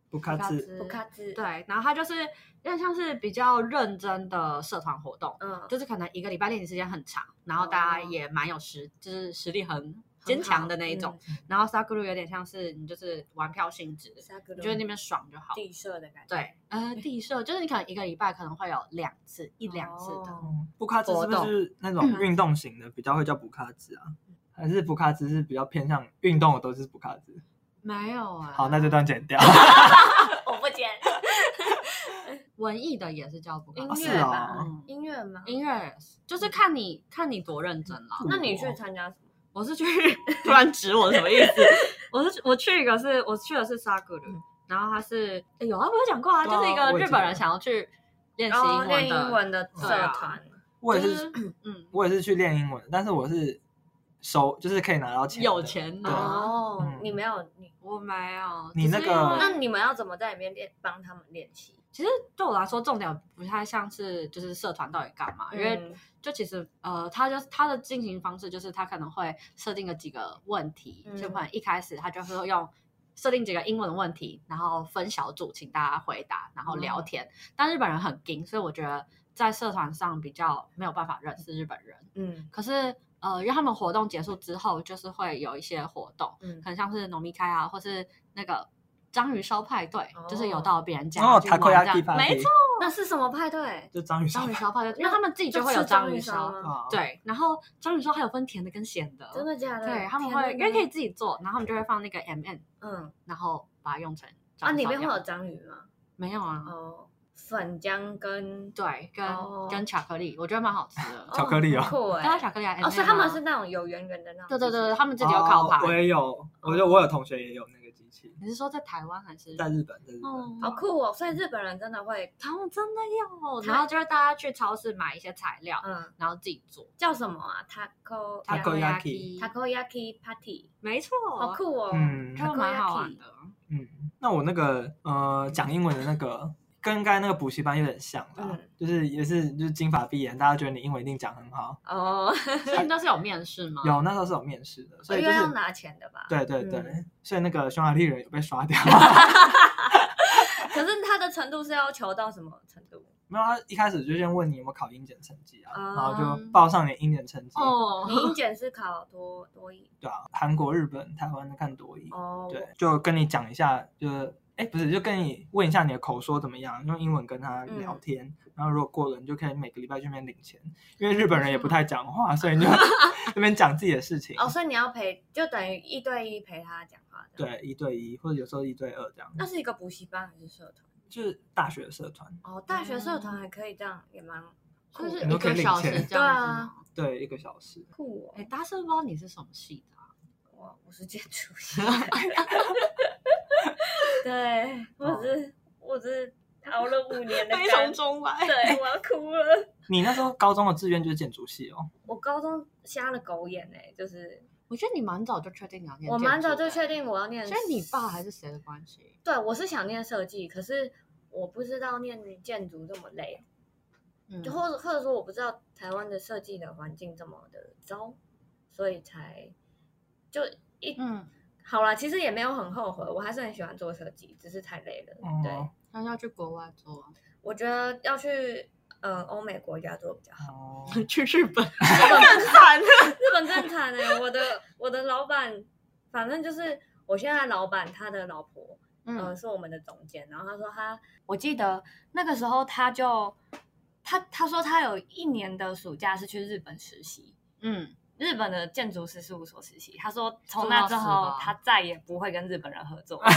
[SPEAKER 2] 不卡兹，
[SPEAKER 4] 不卡兹，，
[SPEAKER 1] 嗯对，然后它就是有点像是比较认真的社团活动。
[SPEAKER 4] 嗯，
[SPEAKER 1] 就是可能一个礼拜练习时间很长，然后大家
[SPEAKER 4] 哦
[SPEAKER 1] 也蛮有实，就是实力很坚强的那
[SPEAKER 4] 嗯
[SPEAKER 1] 一种。然后 s a k u 有点像是你就是玩票性质，
[SPEAKER 4] 很好，嗯
[SPEAKER 1] 你觉得那边爽就好。
[SPEAKER 4] 地社的感觉，
[SPEAKER 1] 对，呃，地社就是你可能一个礼拜可能会有两次、一两次的。
[SPEAKER 4] 哦
[SPEAKER 2] 嗯布卡兹是不是那
[SPEAKER 1] 嗯
[SPEAKER 2] 种运动型的比较会叫布卡兹啊？还是布卡兹是比较偏向运动的都是布卡兹？
[SPEAKER 1] 没有啊，
[SPEAKER 2] 好，那这段剪掉。
[SPEAKER 4] [laughs] 我不 [laughs] 剪
[SPEAKER 1] 文艺的啊也是叫不
[SPEAKER 4] 音
[SPEAKER 1] 高兴
[SPEAKER 2] 是
[SPEAKER 4] 乐
[SPEAKER 2] 哦
[SPEAKER 4] 吧，
[SPEAKER 1] 嗯
[SPEAKER 4] 音乐吗？
[SPEAKER 1] 音乐也是就是看你看你多认真 [laughs] 了。
[SPEAKER 4] 那你去参加什么？
[SPEAKER 1] 我是去 [laughs] 突然指我什么意思？ [laughs] 我是我去一个是我去的是 s a k u
[SPEAKER 4] 嗯
[SPEAKER 1] 然后他是诶有啊，我有讲过啊，
[SPEAKER 2] 对啊
[SPEAKER 1] 就是一个
[SPEAKER 2] 我也
[SPEAKER 1] 日
[SPEAKER 2] 记
[SPEAKER 1] 本
[SPEAKER 2] 得
[SPEAKER 1] 人想要去练习
[SPEAKER 4] 哦
[SPEAKER 1] 英
[SPEAKER 4] 练
[SPEAKER 1] 文
[SPEAKER 4] 英
[SPEAKER 1] 的，
[SPEAKER 4] 文的社
[SPEAKER 1] 对啊
[SPEAKER 4] 团，
[SPEAKER 2] 我也
[SPEAKER 1] 就是是嗯，
[SPEAKER 2] 我也是去练英文，但是我是收，就是可以拿到钱，
[SPEAKER 1] 有。钱拿。
[SPEAKER 4] 哦
[SPEAKER 2] 嗯，
[SPEAKER 4] 你没有你，
[SPEAKER 1] 我没有，
[SPEAKER 2] 你
[SPEAKER 1] 只
[SPEAKER 2] 那
[SPEAKER 1] 是
[SPEAKER 2] 个
[SPEAKER 1] 因为
[SPEAKER 4] 那你们要怎么在里面练帮他们练习？
[SPEAKER 1] 其实对我来说，重点不太像是就是社团到底干嘛，因为
[SPEAKER 4] 嗯
[SPEAKER 1] 就其实呃，他就是他的进行方式就是他可能会设定了几个问题，
[SPEAKER 4] 嗯
[SPEAKER 1] 就可能一开始他就是会用设定几个英文的问题，然后分小组请大家回答，然后
[SPEAKER 4] 哦
[SPEAKER 1] 聊天。但日本人很硬，所以我觉得在社团上比较没有办法认识日本人。
[SPEAKER 4] 嗯
[SPEAKER 1] 可是呃，因为他们活动结束之后，就是会有一些活动，
[SPEAKER 4] 嗯
[SPEAKER 1] 可能像是农民开啊，或是那个章鱼烧派对，
[SPEAKER 4] 哦
[SPEAKER 1] 就是有到别人家
[SPEAKER 2] 哦
[SPEAKER 1] 去玩这样
[SPEAKER 2] takoyaki party
[SPEAKER 1] 没错，
[SPEAKER 4] 那是什么派对？
[SPEAKER 2] 就章鱼烧
[SPEAKER 1] 章鱼烧派对，因为
[SPEAKER 4] 那
[SPEAKER 1] 他们自己就会有
[SPEAKER 4] 吃章
[SPEAKER 1] 章鱼烧，
[SPEAKER 4] 吗，
[SPEAKER 2] 啊，
[SPEAKER 1] 对，然后章鱼烧还有分甜的跟咸的，
[SPEAKER 4] 真的假的？
[SPEAKER 1] 对，他们
[SPEAKER 4] 天哪
[SPEAKER 1] 会因为可以自己做，然后他们就会放那个 M M，
[SPEAKER 4] 嗯
[SPEAKER 1] 然后把它用成
[SPEAKER 4] 啊，
[SPEAKER 1] 章鱼
[SPEAKER 4] 里
[SPEAKER 1] 烧
[SPEAKER 4] 面会有
[SPEAKER 1] 料
[SPEAKER 4] 章鱼吗？
[SPEAKER 1] 没有啊？
[SPEAKER 4] 哦，粉浆跟
[SPEAKER 1] 对，跟
[SPEAKER 4] 哦
[SPEAKER 1] 跟巧克力，我觉得蛮好吃的，
[SPEAKER 2] 巧克力哦
[SPEAKER 4] 很酷
[SPEAKER 1] 对啊，
[SPEAKER 4] 哎，
[SPEAKER 1] 巧克力啊
[SPEAKER 4] 哦，
[SPEAKER 1] ，M&M
[SPEAKER 4] 所以他们
[SPEAKER 1] 啊
[SPEAKER 4] 是那种有圆圆的那种，
[SPEAKER 1] 对对对
[SPEAKER 4] 是不
[SPEAKER 1] 对，
[SPEAKER 4] 是
[SPEAKER 1] 他们自己有烤
[SPEAKER 2] 哦我
[SPEAKER 1] 排。
[SPEAKER 2] 也有，我就我有同学也有那个机器，
[SPEAKER 1] 你是说在台湾还是？
[SPEAKER 2] 在日本，在日
[SPEAKER 1] 哦
[SPEAKER 2] 本，
[SPEAKER 4] 好酷哦，所以日本人真的会，
[SPEAKER 1] 他们真的有，然后就是大家去超市买一些材料，
[SPEAKER 4] 哦嗯，
[SPEAKER 1] 然后自己做。
[SPEAKER 4] 叫什么啊？taco
[SPEAKER 2] Takoyaki
[SPEAKER 4] takoyaki party，
[SPEAKER 1] 没错，
[SPEAKER 4] 好酷哦，
[SPEAKER 2] 嗯
[SPEAKER 1] 就蛮好玩的。
[SPEAKER 2] 嗯，那我那个呃讲英文的那个。跟刚才那个补习班有点像啦，
[SPEAKER 4] 嗯
[SPEAKER 2] 就是也是就是金发碧眼，大家觉得你英文一定讲很好。
[SPEAKER 4] 哦，
[SPEAKER 1] 所以你那是有面试吗？
[SPEAKER 2] 有那时候是有面试的，所以
[SPEAKER 4] 因
[SPEAKER 2] 就
[SPEAKER 4] 为
[SPEAKER 2] 是
[SPEAKER 4] 哦要拿钱的吧？
[SPEAKER 2] 对对对，
[SPEAKER 4] 嗯
[SPEAKER 2] 所以那个匈牙利人有被刷
[SPEAKER 4] [laughs]
[SPEAKER 2] 掉。
[SPEAKER 4] 可是他的程度是要求到什么程度？
[SPEAKER 2] 没有，他一开始就先问你有没有考英检成绩啊，
[SPEAKER 4] 啊
[SPEAKER 2] 然后就报上你的英检成绩。
[SPEAKER 1] 哦
[SPEAKER 4] 你，英检是考多多一
[SPEAKER 2] 对啊，韩国、日本、台湾的看多一。
[SPEAKER 4] 哦，
[SPEAKER 2] 对，就跟你讲一下，就是哎，不是，就跟你问一下你的口说怎么样，用英文跟他
[SPEAKER 4] 嗯
[SPEAKER 2] 聊天。然后如果过了，你就可以每个礼拜去那边领钱，因为日本人也不太讲话，所以
[SPEAKER 4] [laughs]
[SPEAKER 2] 你就那边讲自己的事情。
[SPEAKER 4] 嗯哦，所以你要陪，就等于一对一陪他讲话。，
[SPEAKER 2] 对，一对一或者有时候一对二这样。
[SPEAKER 4] 那是一个补习班还是社团？
[SPEAKER 2] 就是大学社团，
[SPEAKER 4] 哦，嗯大学社团还可以这样，也蛮酷
[SPEAKER 1] 就
[SPEAKER 4] 的
[SPEAKER 1] 是
[SPEAKER 2] 你
[SPEAKER 1] 一
[SPEAKER 2] 都可以
[SPEAKER 1] 个
[SPEAKER 2] 领
[SPEAKER 1] 小时
[SPEAKER 2] 钱
[SPEAKER 1] 这样子
[SPEAKER 4] 对啊
[SPEAKER 1] 吗。
[SPEAKER 2] 对，一个小时。
[SPEAKER 4] 酷
[SPEAKER 1] 哎、搭社包你是什么系 [laughs] 的啊、
[SPEAKER 4] 我我是建筑 [laughs] 系，对，我是我是熬了五年的甘
[SPEAKER 1] 中来。
[SPEAKER 4] 对，我要哭了。
[SPEAKER 2] 你那时候高中的志愿就是建筑系哦，
[SPEAKER 4] 我高中瞎了狗眼哎、就是
[SPEAKER 1] 我觉得你蛮早就确定你要念，
[SPEAKER 4] 我蛮早就确，定我要念，
[SPEAKER 1] 啊所以你爸还是谁的关系？
[SPEAKER 4] 对我是想念设计，可是我不知道念建筑这么累，
[SPEAKER 1] 嗯
[SPEAKER 4] 就或者或者说我不知道台湾的设计的环境这么的糟，所以才就一、
[SPEAKER 1] 嗯，
[SPEAKER 4] 好啦，其实也没有很后悔，我还是很喜欢做设计，只是太累了。
[SPEAKER 2] 哦
[SPEAKER 4] 对，
[SPEAKER 1] 那要去国外做啊，
[SPEAKER 4] 我觉得要去呃欧美国家做比较好。 [laughs]
[SPEAKER 2] 哦，
[SPEAKER 1] [laughs] 去日本
[SPEAKER 4] 日本
[SPEAKER 1] 惨
[SPEAKER 4] 日本更惨哎、我的我的老板，反正就是我现在老板他的老婆，嗯、
[SPEAKER 1] 嗯，
[SPEAKER 4] 是我们的总监，然后他说他，我记得那个时候他就他他说他有一年的暑假是去日本实习。
[SPEAKER 1] 嗯，
[SPEAKER 4] 日本的建筑师事务所实习，他说从
[SPEAKER 1] 做
[SPEAKER 4] 那
[SPEAKER 1] 到
[SPEAKER 4] 之
[SPEAKER 1] 死
[SPEAKER 4] 后
[SPEAKER 1] 吧
[SPEAKER 4] 他再也不会跟日本人合作。
[SPEAKER 1] [laughs]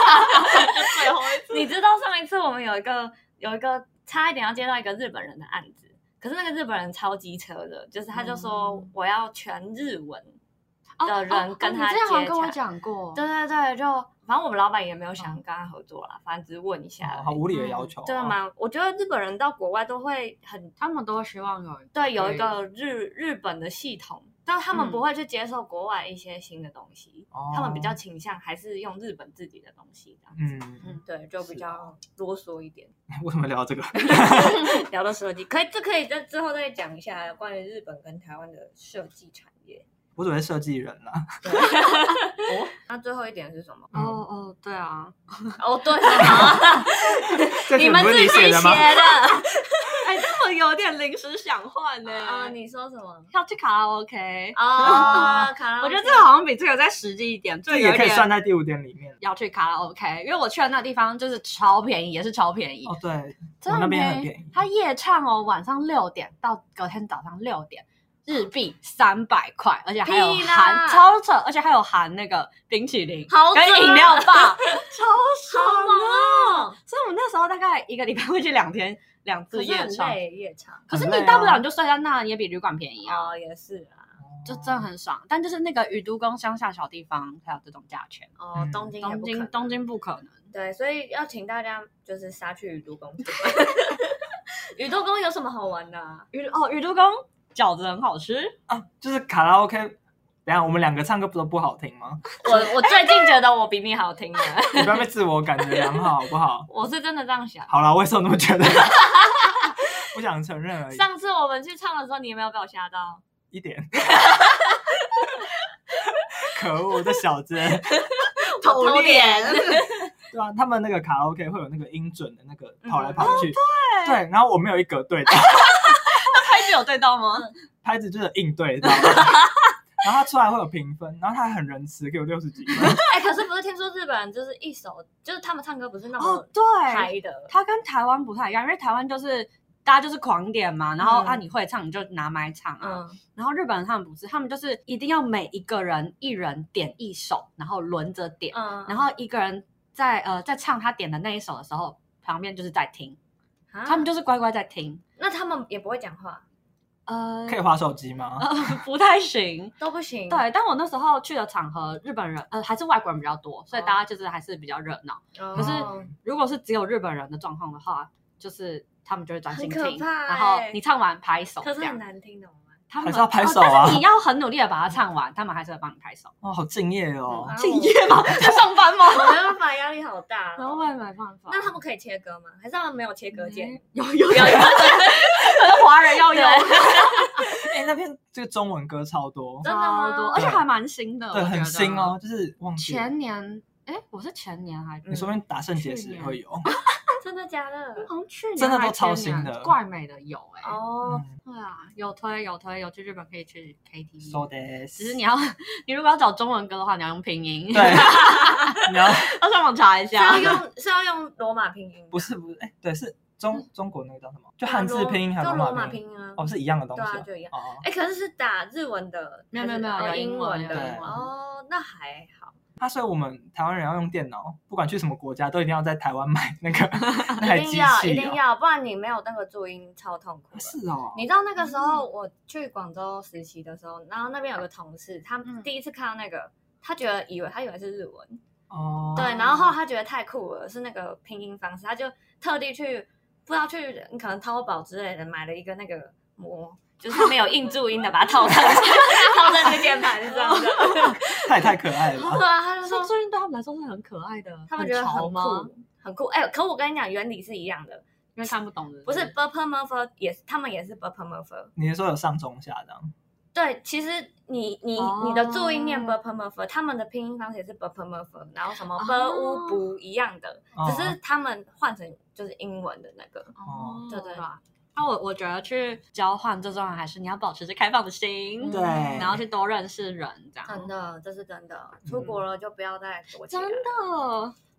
[SPEAKER 1] 最后一次
[SPEAKER 4] 你知道上一次我们有一个有一个差一点要接到一个日本人的案子，可是那个日本人超机车的，就是他就说
[SPEAKER 1] 嗯
[SPEAKER 4] 我要全日文，
[SPEAKER 1] 哦
[SPEAKER 4] 的人跟他
[SPEAKER 1] 哦哦你之前好像
[SPEAKER 4] 接
[SPEAKER 1] 跟我
[SPEAKER 4] 洽
[SPEAKER 1] 讲过，
[SPEAKER 4] 对对对，就反正我们老板也没有想跟他合作啦，反正只是问一下而已，
[SPEAKER 2] 好无理的要求、哦，
[SPEAKER 4] 真的？吗？我觉得日本人到国外都会很
[SPEAKER 1] 他们都希望有
[SPEAKER 4] 对有一个日日本的系统，但他们
[SPEAKER 1] 嗯
[SPEAKER 4] 不会去接受国外一些新的东西，
[SPEAKER 2] 哦
[SPEAKER 4] 他们比较倾向还是用日本自己的东西这样子。
[SPEAKER 2] 嗯，
[SPEAKER 4] 对，就是比较啰嗦一点。
[SPEAKER 2] [laughs] 为什么聊这个？ [laughs]
[SPEAKER 4] 聊到设计，可以这可以在之后再讲一下关于日本跟台湾的设计产业。
[SPEAKER 2] 我只会设计人啦、
[SPEAKER 4] 哦，那最后一点是什么？
[SPEAKER 1] 哦哦，对啊，
[SPEAKER 4] [laughs] 哦，对 [laughs] 了，
[SPEAKER 2] 嗯这
[SPEAKER 4] 你
[SPEAKER 2] 题
[SPEAKER 4] 们
[SPEAKER 2] 不
[SPEAKER 4] 自
[SPEAKER 2] 是
[SPEAKER 4] 己
[SPEAKER 2] 写
[SPEAKER 4] 写
[SPEAKER 2] 的吗？
[SPEAKER 1] [laughs] 哎，但我有点临时想换呢
[SPEAKER 4] 啊？你说什 [laughs] 么？
[SPEAKER 1] 要去卡
[SPEAKER 4] [laughs]
[SPEAKER 1] 拉 OK，
[SPEAKER 4] 啊，卡拉，
[SPEAKER 1] 我觉得这个好像比这个再实际一点，
[SPEAKER 2] 这
[SPEAKER 1] 个有
[SPEAKER 2] 也可以
[SPEAKER 1] 点
[SPEAKER 2] 算在第五点里面。
[SPEAKER 1] 要去卡拉 OK，因为我去的那个地方就是超便宜，也是超便宜，
[SPEAKER 2] 哦，对，
[SPEAKER 1] 真的
[SPEAKER 2] 我那边很便宜
[SPEAKER 1] 它夜唱哦，晚上六点到隔天早上六点，日币三百块，而且还有
[SPEAKER 4] 屁啦
[SPEAKER 1] 含超扯，而且还有含那个冰淇淋
[SPEAKER 4] 好
[SPEAKER 1] 跟
[SPEAKER 4] 扯
[SPEAKER 1] 饮料吧， [laughs] 超
[SPEAKER 4] [laughs] 好
[SPEAKER 1] 爽的。
[SPEAKER 4] 猛哦，
[SPEAKER 1] 所以我们那时候大概一个礼拜会去两天两次
[SPEAKER 4] 可是
[SPEAKER 1] 夜
[SPEAKER 4] 很
[SPEAKER 1] 唱。
[SPEAKER 4] 累，夜场
[SPEAKER 1] 可是
[SPEAKER 2] 很
[SPEAKER 1] 你
[SPEAKER 2] 累
[SPEAKER 1] 大不
[SPEAKER 2] 啊
[SPEAKER 1] 了你就睡在那，也比旅馆便宜啊，
[SPEAKER 4] 哦，也是啦。
[SPEAKER 1] 就真的很爽。但就是那个雨都宫乡下小地方才有这种价钱，
[SPEAKER 4] 哦
[SPEAKER 2] 嗯，
[SPEAKER 4] 东京也
[SPEAKER 1] 东
[SPEAKER 4] 不可
[SPEAKER 1] 京
[SPEAKER 4] 能
[SPEAKER 1] 东京不可能。
[SPEAKER 4] 对，所以要请大家就是杀去宇都宫。 [laughs] 宇都宫有什么好玩的啊？
[SPEAKER 1] 雨哦，雨都宫饺子很好 [laughs] 吃，
[SPEAKER 2] 啊，就是卡拉 OK。等一下我们两个唱歌不都不好听吗？
[SPEAKER 4] 我我最近觉得我比你好听了，
[SPEAKER 2] 你不要被自我感觉良好，好不好？
[SPEAKER 4] [laughs] 我是真的这样想。
[SPEAKER 2] 好啦，我也是有那么觉得， [laughs] 不想承认而已，
[SPEAKER 4] 上次我们去唱的时候，你有没有被我吓到？
[SPEAKER 2] 一点。可恶，这小子！
[SPEAKER 1] 偷脸。 [laughs]
[SPEAKER 2] 对啊，他们那个卡拉 OK 会有那个音准的那个跑来跑去，对然后我没有一格对到，
[SPEAKER 1] 拍子有对到吗？
[SPEAKER 2] 拍子就是硬对到， [laughs] 然后他出来会有评分，然后他还很仁慈，给我六十几分。
[SPEAKER 4] [laughs] 哎、可是不是听说日本人就是一首，就是他们唱歌不是那
[SPEAKER 1] 哦
[SPEAKER 4] 么，
[SPEAKER 1] 对，
[SPEAKER 4] 嗨的，
[SPEAKER 1] 它跟台湾不太一样，因为台湾就是大家就是狂点嘛，然后、
[SPEAKER 4] 嗯
[SPEAKER 1] 啊你会唱你就拿麦唱啊，
[SPEAKER 4] 嗯，
[SPEAKER 1] 然后日本人他们不是，他们就是一定要每一个人一人点一首，然后轮着点，
[SPEAKER 4] 嗯
[SPEAKER 1] 然后一个人在呃在唱他点的那一首的时候，旁边就是在听，
[SPEAKER 4] 啊
[SPEAKER 1] 他们就是乖乖在
[SPEAKER 4] [laughs]
[SPEAKER 1] 听，
[SPEAKER 4] 那他们也不会讲话，
[SPEAKER 1] 呃
[SPEAKER 2] 可以划手机吗？
[SPEAKER 1] 不太行。
[SPEAKER 4] 都不行，，
[SPEAKER 1] 对，但我那时候去的场合，日本人呃还是外国人比较多，
[SPEAKER 4] 嗯
[SPEAKER 1] 所以大家就是还是比较热闹。
[SPEAKER 4] 可
[SPEAKER 1] 可是如果是只有日本人的状况的话，就是他们就会专心
[SPEAKER 4] 很可
[SPEAKER 1] 听，
[SPEAKER 4] 怕欸
[SPEAKER 1] 然后你唱完拍手，
[SPEAKER 4] 可是
[SPEAKER 1] 这样
[SPEAKER 4] 很难听，懂吗？
[SPEAKER 1] 他们
[SPEAKER 2] 还是要拍手啊
[SPEAKER 1] 哦但是你要很努力的把它唱完，他们还是会帮你拍手。
[SPEAKER 2] 哦，好敬业哦！
[SPEAKER 4] 啊
[SPEAKER 1] 敬业
[SPEAKER 4] [laughs]
[SPEAKER 1] 吗？在上班吗？
[SPEAKER 4] 我没办法，压力好大哦、
[SPEAKER 1] 然后外没办法，嗯
[SPEAKER 4] 那他们可以切割吗？还是他们没有切割键？
[SPEAKER 1] 有有有， [laughs]
[SPEAKER 4] 有有
[SPEAKER 1] 华人要有
[SPEAKER 2] 哎、那边这个中文歌超多，
[SPEAKER 4] 真的吗
[SPEAKER 1] 超多而且还蛮新的，
[SPEAKER 2] 对，
[SPEAKER 1] 我觉得
[SPEAKER 2] 很新哦，。就是忘记了
[SPEAKER 1] 前年，哎，我是前年还
[SPEAKER 2] 你说不定打圣结石
[SPEAKER 1] 去年
[SPEAKER 2] 会
[SPEAKER 4] 哦
[SPEAKER 2] 有
[SPEAKER 4] 真的假的？
[SPEAKER 1] 好像去年
[SPEAKER 2] 真的都
[SPEAKER 1] 还前年
[SPEAKER 2] 超新的
[SPEAKER 1] 怪美的有哎，
[SPEAKER 4] 哦，
[SPEAKER 2] 嗯
[SPEAKER 1] 对啊，有推有推，有去日本可以去 KTV。
[SPEAKER 2] ，so this，
[SPEAKER 1] 只是你要， [laughs] 你如果要找中文歌的话，你要用拼音，
[SPEAKER 4] [laughs]
[SPEAKER 2] 对，你要
[SPEAKER 1] [laughs] 要上网查一
[SPEAKER 4] 是
[SPEAKER 1] 下
[SPEAKER 4] 要。用是要用罗马拼音吗，
[SPEAKER 2] 不是不是，哎、对，是中中国那个叫什么？就汉字拼音还
[SPEAKER 4] 就
[SPEAKER 2] 有
[SPEAKER 4] 嗯罗
[SPEAKER 2] 罗
[SPEAKER 4] 马
[SPEAKER 2] 马
[SPEAKER 4] 拼
[SPEAKER 2] 拼音？
[SPEAKER 4] 音啊。
[SPEAKER 2] 哦，是一样的东西、哦，
[SPEAKER 4] 对啊就一样
[SPEAKER 2] 哦哦
[SPEAKER 4] 哎、可是是打日文的，
[SPEAKER 1] 没有没有没有
[SPEAKER 4] 还是哦
[SPEAKER 1] 有英
[SPEAKER 4] 英
[SPEAKER 1] 文
[SPEAKER 4] 文的
[SPEAKER 2] 有英文
[SPEAKER 4] 哦，那还好。
[SPEAKER 2] 啊，所以我们台湾人要用电脑，不管去什么国家，都一定要在台湾买那
[SPEAKER 4] [laughs]
[SPEAKER 2] 个那台
[SPEAKER 4] 一
[SPEAKER 2] 机器、哦
[SPEAKER 4] 定要，一定要，不然你没有那个注音超痛
[SPEAKER 2] [laughs]
[SPEAKER 4] 苦的。
[SPEAKER 2] 是哦，
[SPEAKER 4] 你知道那个时候我去广州实习的时候，然后那边有个同事，他
[SPEAKER 1] 嗯
[SPEAKER 4] 第一次看到那个，他觉得以为他以为是日文，
[SPEAKER 2] 哦，
[SPEAKER 4] 对，然后后来他觉得太酷了，是那个拼音方式，他就特地去不知道去嗯可能淘宝之类的买了一个那个膜，就是上面有印注音的，把它套上去，套在那个键盘
[SPEAKER 2] [laughs]
[SPEAKER 4] 上的。
[SPEAKER 2] 他也太可爱了
[SPEAKER 4] [laughs]
[SPEAKER 2] 吧
[SPEAKER 4] 对啊，他就
[SPEAKER 1] 说
[SPEAKER 4] 说
[SPEAKER 1] 最近对他们来说是很可爱的，
[SPEAKER 4] 他们觉得
[SPEAKER 1] 很潮
[SPEAKER 4] 很
[SPEAKER 1] 吗？
[SPEAKER 4] 酷，很酷。哎、可我跟你讲，原理是一样的，
[SPEAKER 1] 因为看不懂的，
[SPEAKER 4] 不是 b u r p e r m u r p h e 也是，他们也是 b u r p e r m u r p h e
[SPEAKER 2] 你是说有上中下这样？
[SPEAKER 4] 对，其实你你、
[SPEAKER 1] 哦
[SPEAKER 4] 你的注音念 b u r p e r m u r p h e 他们的拼音方式也是 b u r p e r m u r p h e 然后什么 b u r u
[SPEAKER 1] 哦
[SPEAKER 4] b 一样的，
[SPEAKER 2] 哦
[SPEAKER 4] 只是他们换成就是英文的那个。
[SPEAKER 2] 哦
[SPEAKER 4] 对对对
[SPEAKER 1] 吧？那我我觉得去交换最重要的还是你要保持着开放的
[SPEAKER 4] 嗯
[SPEAKER 1] 心，
[SPEAKER 2] 对，
[SPEAKER 1] 然后去多认识人，这样
[SPEAKER 4] 真的，这是真的。出国了就不要再躲起来
[SPEAKER 1] 真。的。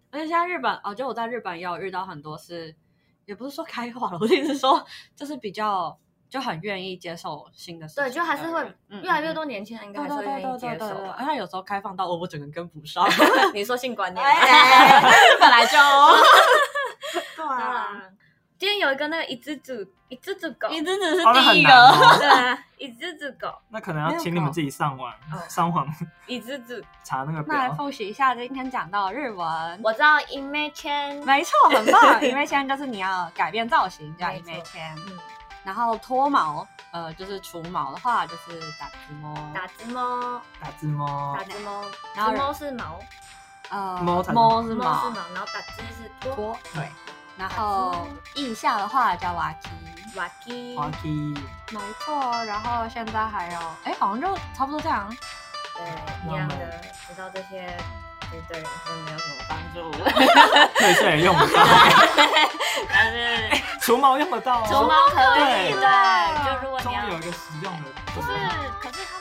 [SPEAKER 1] 而且现在日本哦，就我在日本也有遇到很多是，也不是说开化了，我的意思是说，就是比较就很愿意接受新的事情的
[SPEAKER 4] 对，
[SPEAKER 1] 人，
[SPEAKER 4] 就还是会
[SPEAKER 1] 嗯
[SPEAKER 4] 越来越。
[SPEAKER 1] 嗯嗯
[SPEAKER 4] 多年轻人应该
[SPEAKER 1] 对
[SPEAKER 4] 还是
[SPEAKER 1] 对
[SPEAKER 4] 会愿
[SPEAKER 1] 对
[SPEAKER 4] 意
[SPEAKER 1] 对
[SPEAKER 4] 接
[SPEAKER 1] 对对
[SPEAKER 4] 受
[SPEAKER 1] 对，
[SPEAKER 4] 啊。
[SPEAKER 1] 而且有时候开放到我，我整个跟不上。
[SPEAKER 4] [laughs] 你说性观念吗？
[SPEAKER 1] 哎 [laughs] 本来
[SPEAKER 4] [laughs]
[SPEAKER 1] 就
[SPEAKER 2] 对啊
[SPEAKER 4] 当然啊今天有一个那个一只主一只主狗，
[SPEAKER 1] 你真的是
[SPEAKER 2] 哦那
[SPEAKER 1] 第
[SPEAKER 2] 很
[SPEAKER 1] 一
[SPEAKER 2] 难
[SPEAKER 1] 个，
[SPEAKER 2] 哦
[SPEAKER 4] 对啊，一只主狗，
[SPEAKER 2] 那可能要请你们自己上网
[SPEAKER 4] 没有搞
[SPEAKER 2] 上网 [laughs]
[SPEAKER 4] 一只主。
[SPEAKER 2] 查那个
[SPEAKER 1] 那来
[SPEAKER 2] 表。
[SPEAKER 1] 复习一下今天讲到的日文。
[SPEAKER 4] 我知道 imagine，
[SPEAKER 1] 没错，很
[SPEAKER 4] [laughs]
[SPEAKER 1] 棒。因为现在就是你要改变造型，叫
[SPEAKER 4] 没
[SPEAKER 1] 一
[SPEAKER 4] 错
[SPEAKER 1] 眉签。
[SPEAKER 4] 嗯，
[SPEAKER 1] 然后脱毛，呃，就是除毛的话就是打除毛，
[SPEAKER 4] 打只猫，
[SPEAKER 2] 打字吗
[SPEAKER 4] 打？只猫，
[SPEAKER 1] 然后
[SPEAKER 4] 只猫是毛，
[SPEAKER 1] 呃，
[SPEAKER 2] 猫才是
[SPEAKER 1] 摸是
[SPEAKER 4] 只
[SPEAKER 1] 毛
[SPEAKER 4] 猫是，毛，然后打只是拖。
[SPEAKER 1] 脱对。然后腋下的话叫瓦基，
[SPEAKER 4] 瓦基，
[SPEAKER 2] 滑 [laughs] 梯，
[SPEAKER 1] 没错。然后现在还有，哎，好像就差不多这样。
[SPEAKER 4] 对，一样的，知道这些其实对人生没有什么帮 [laughs] 助，
[SPEAKER 2] 退税也用不到，
[SPEAKER 4] 但是
[SPEAKER 2] 除毛用得到哦，
[SPEAKER 4] 哎除毛可以
[SPEAKER 2] 对
[SPEAKER 4] 对，就如果你
[SPEAKER 2] 终
[SPEAKER 4] 要
[SPEAKER 2] 于有一个实用的，
[SPEAKER 4] 不是，可是它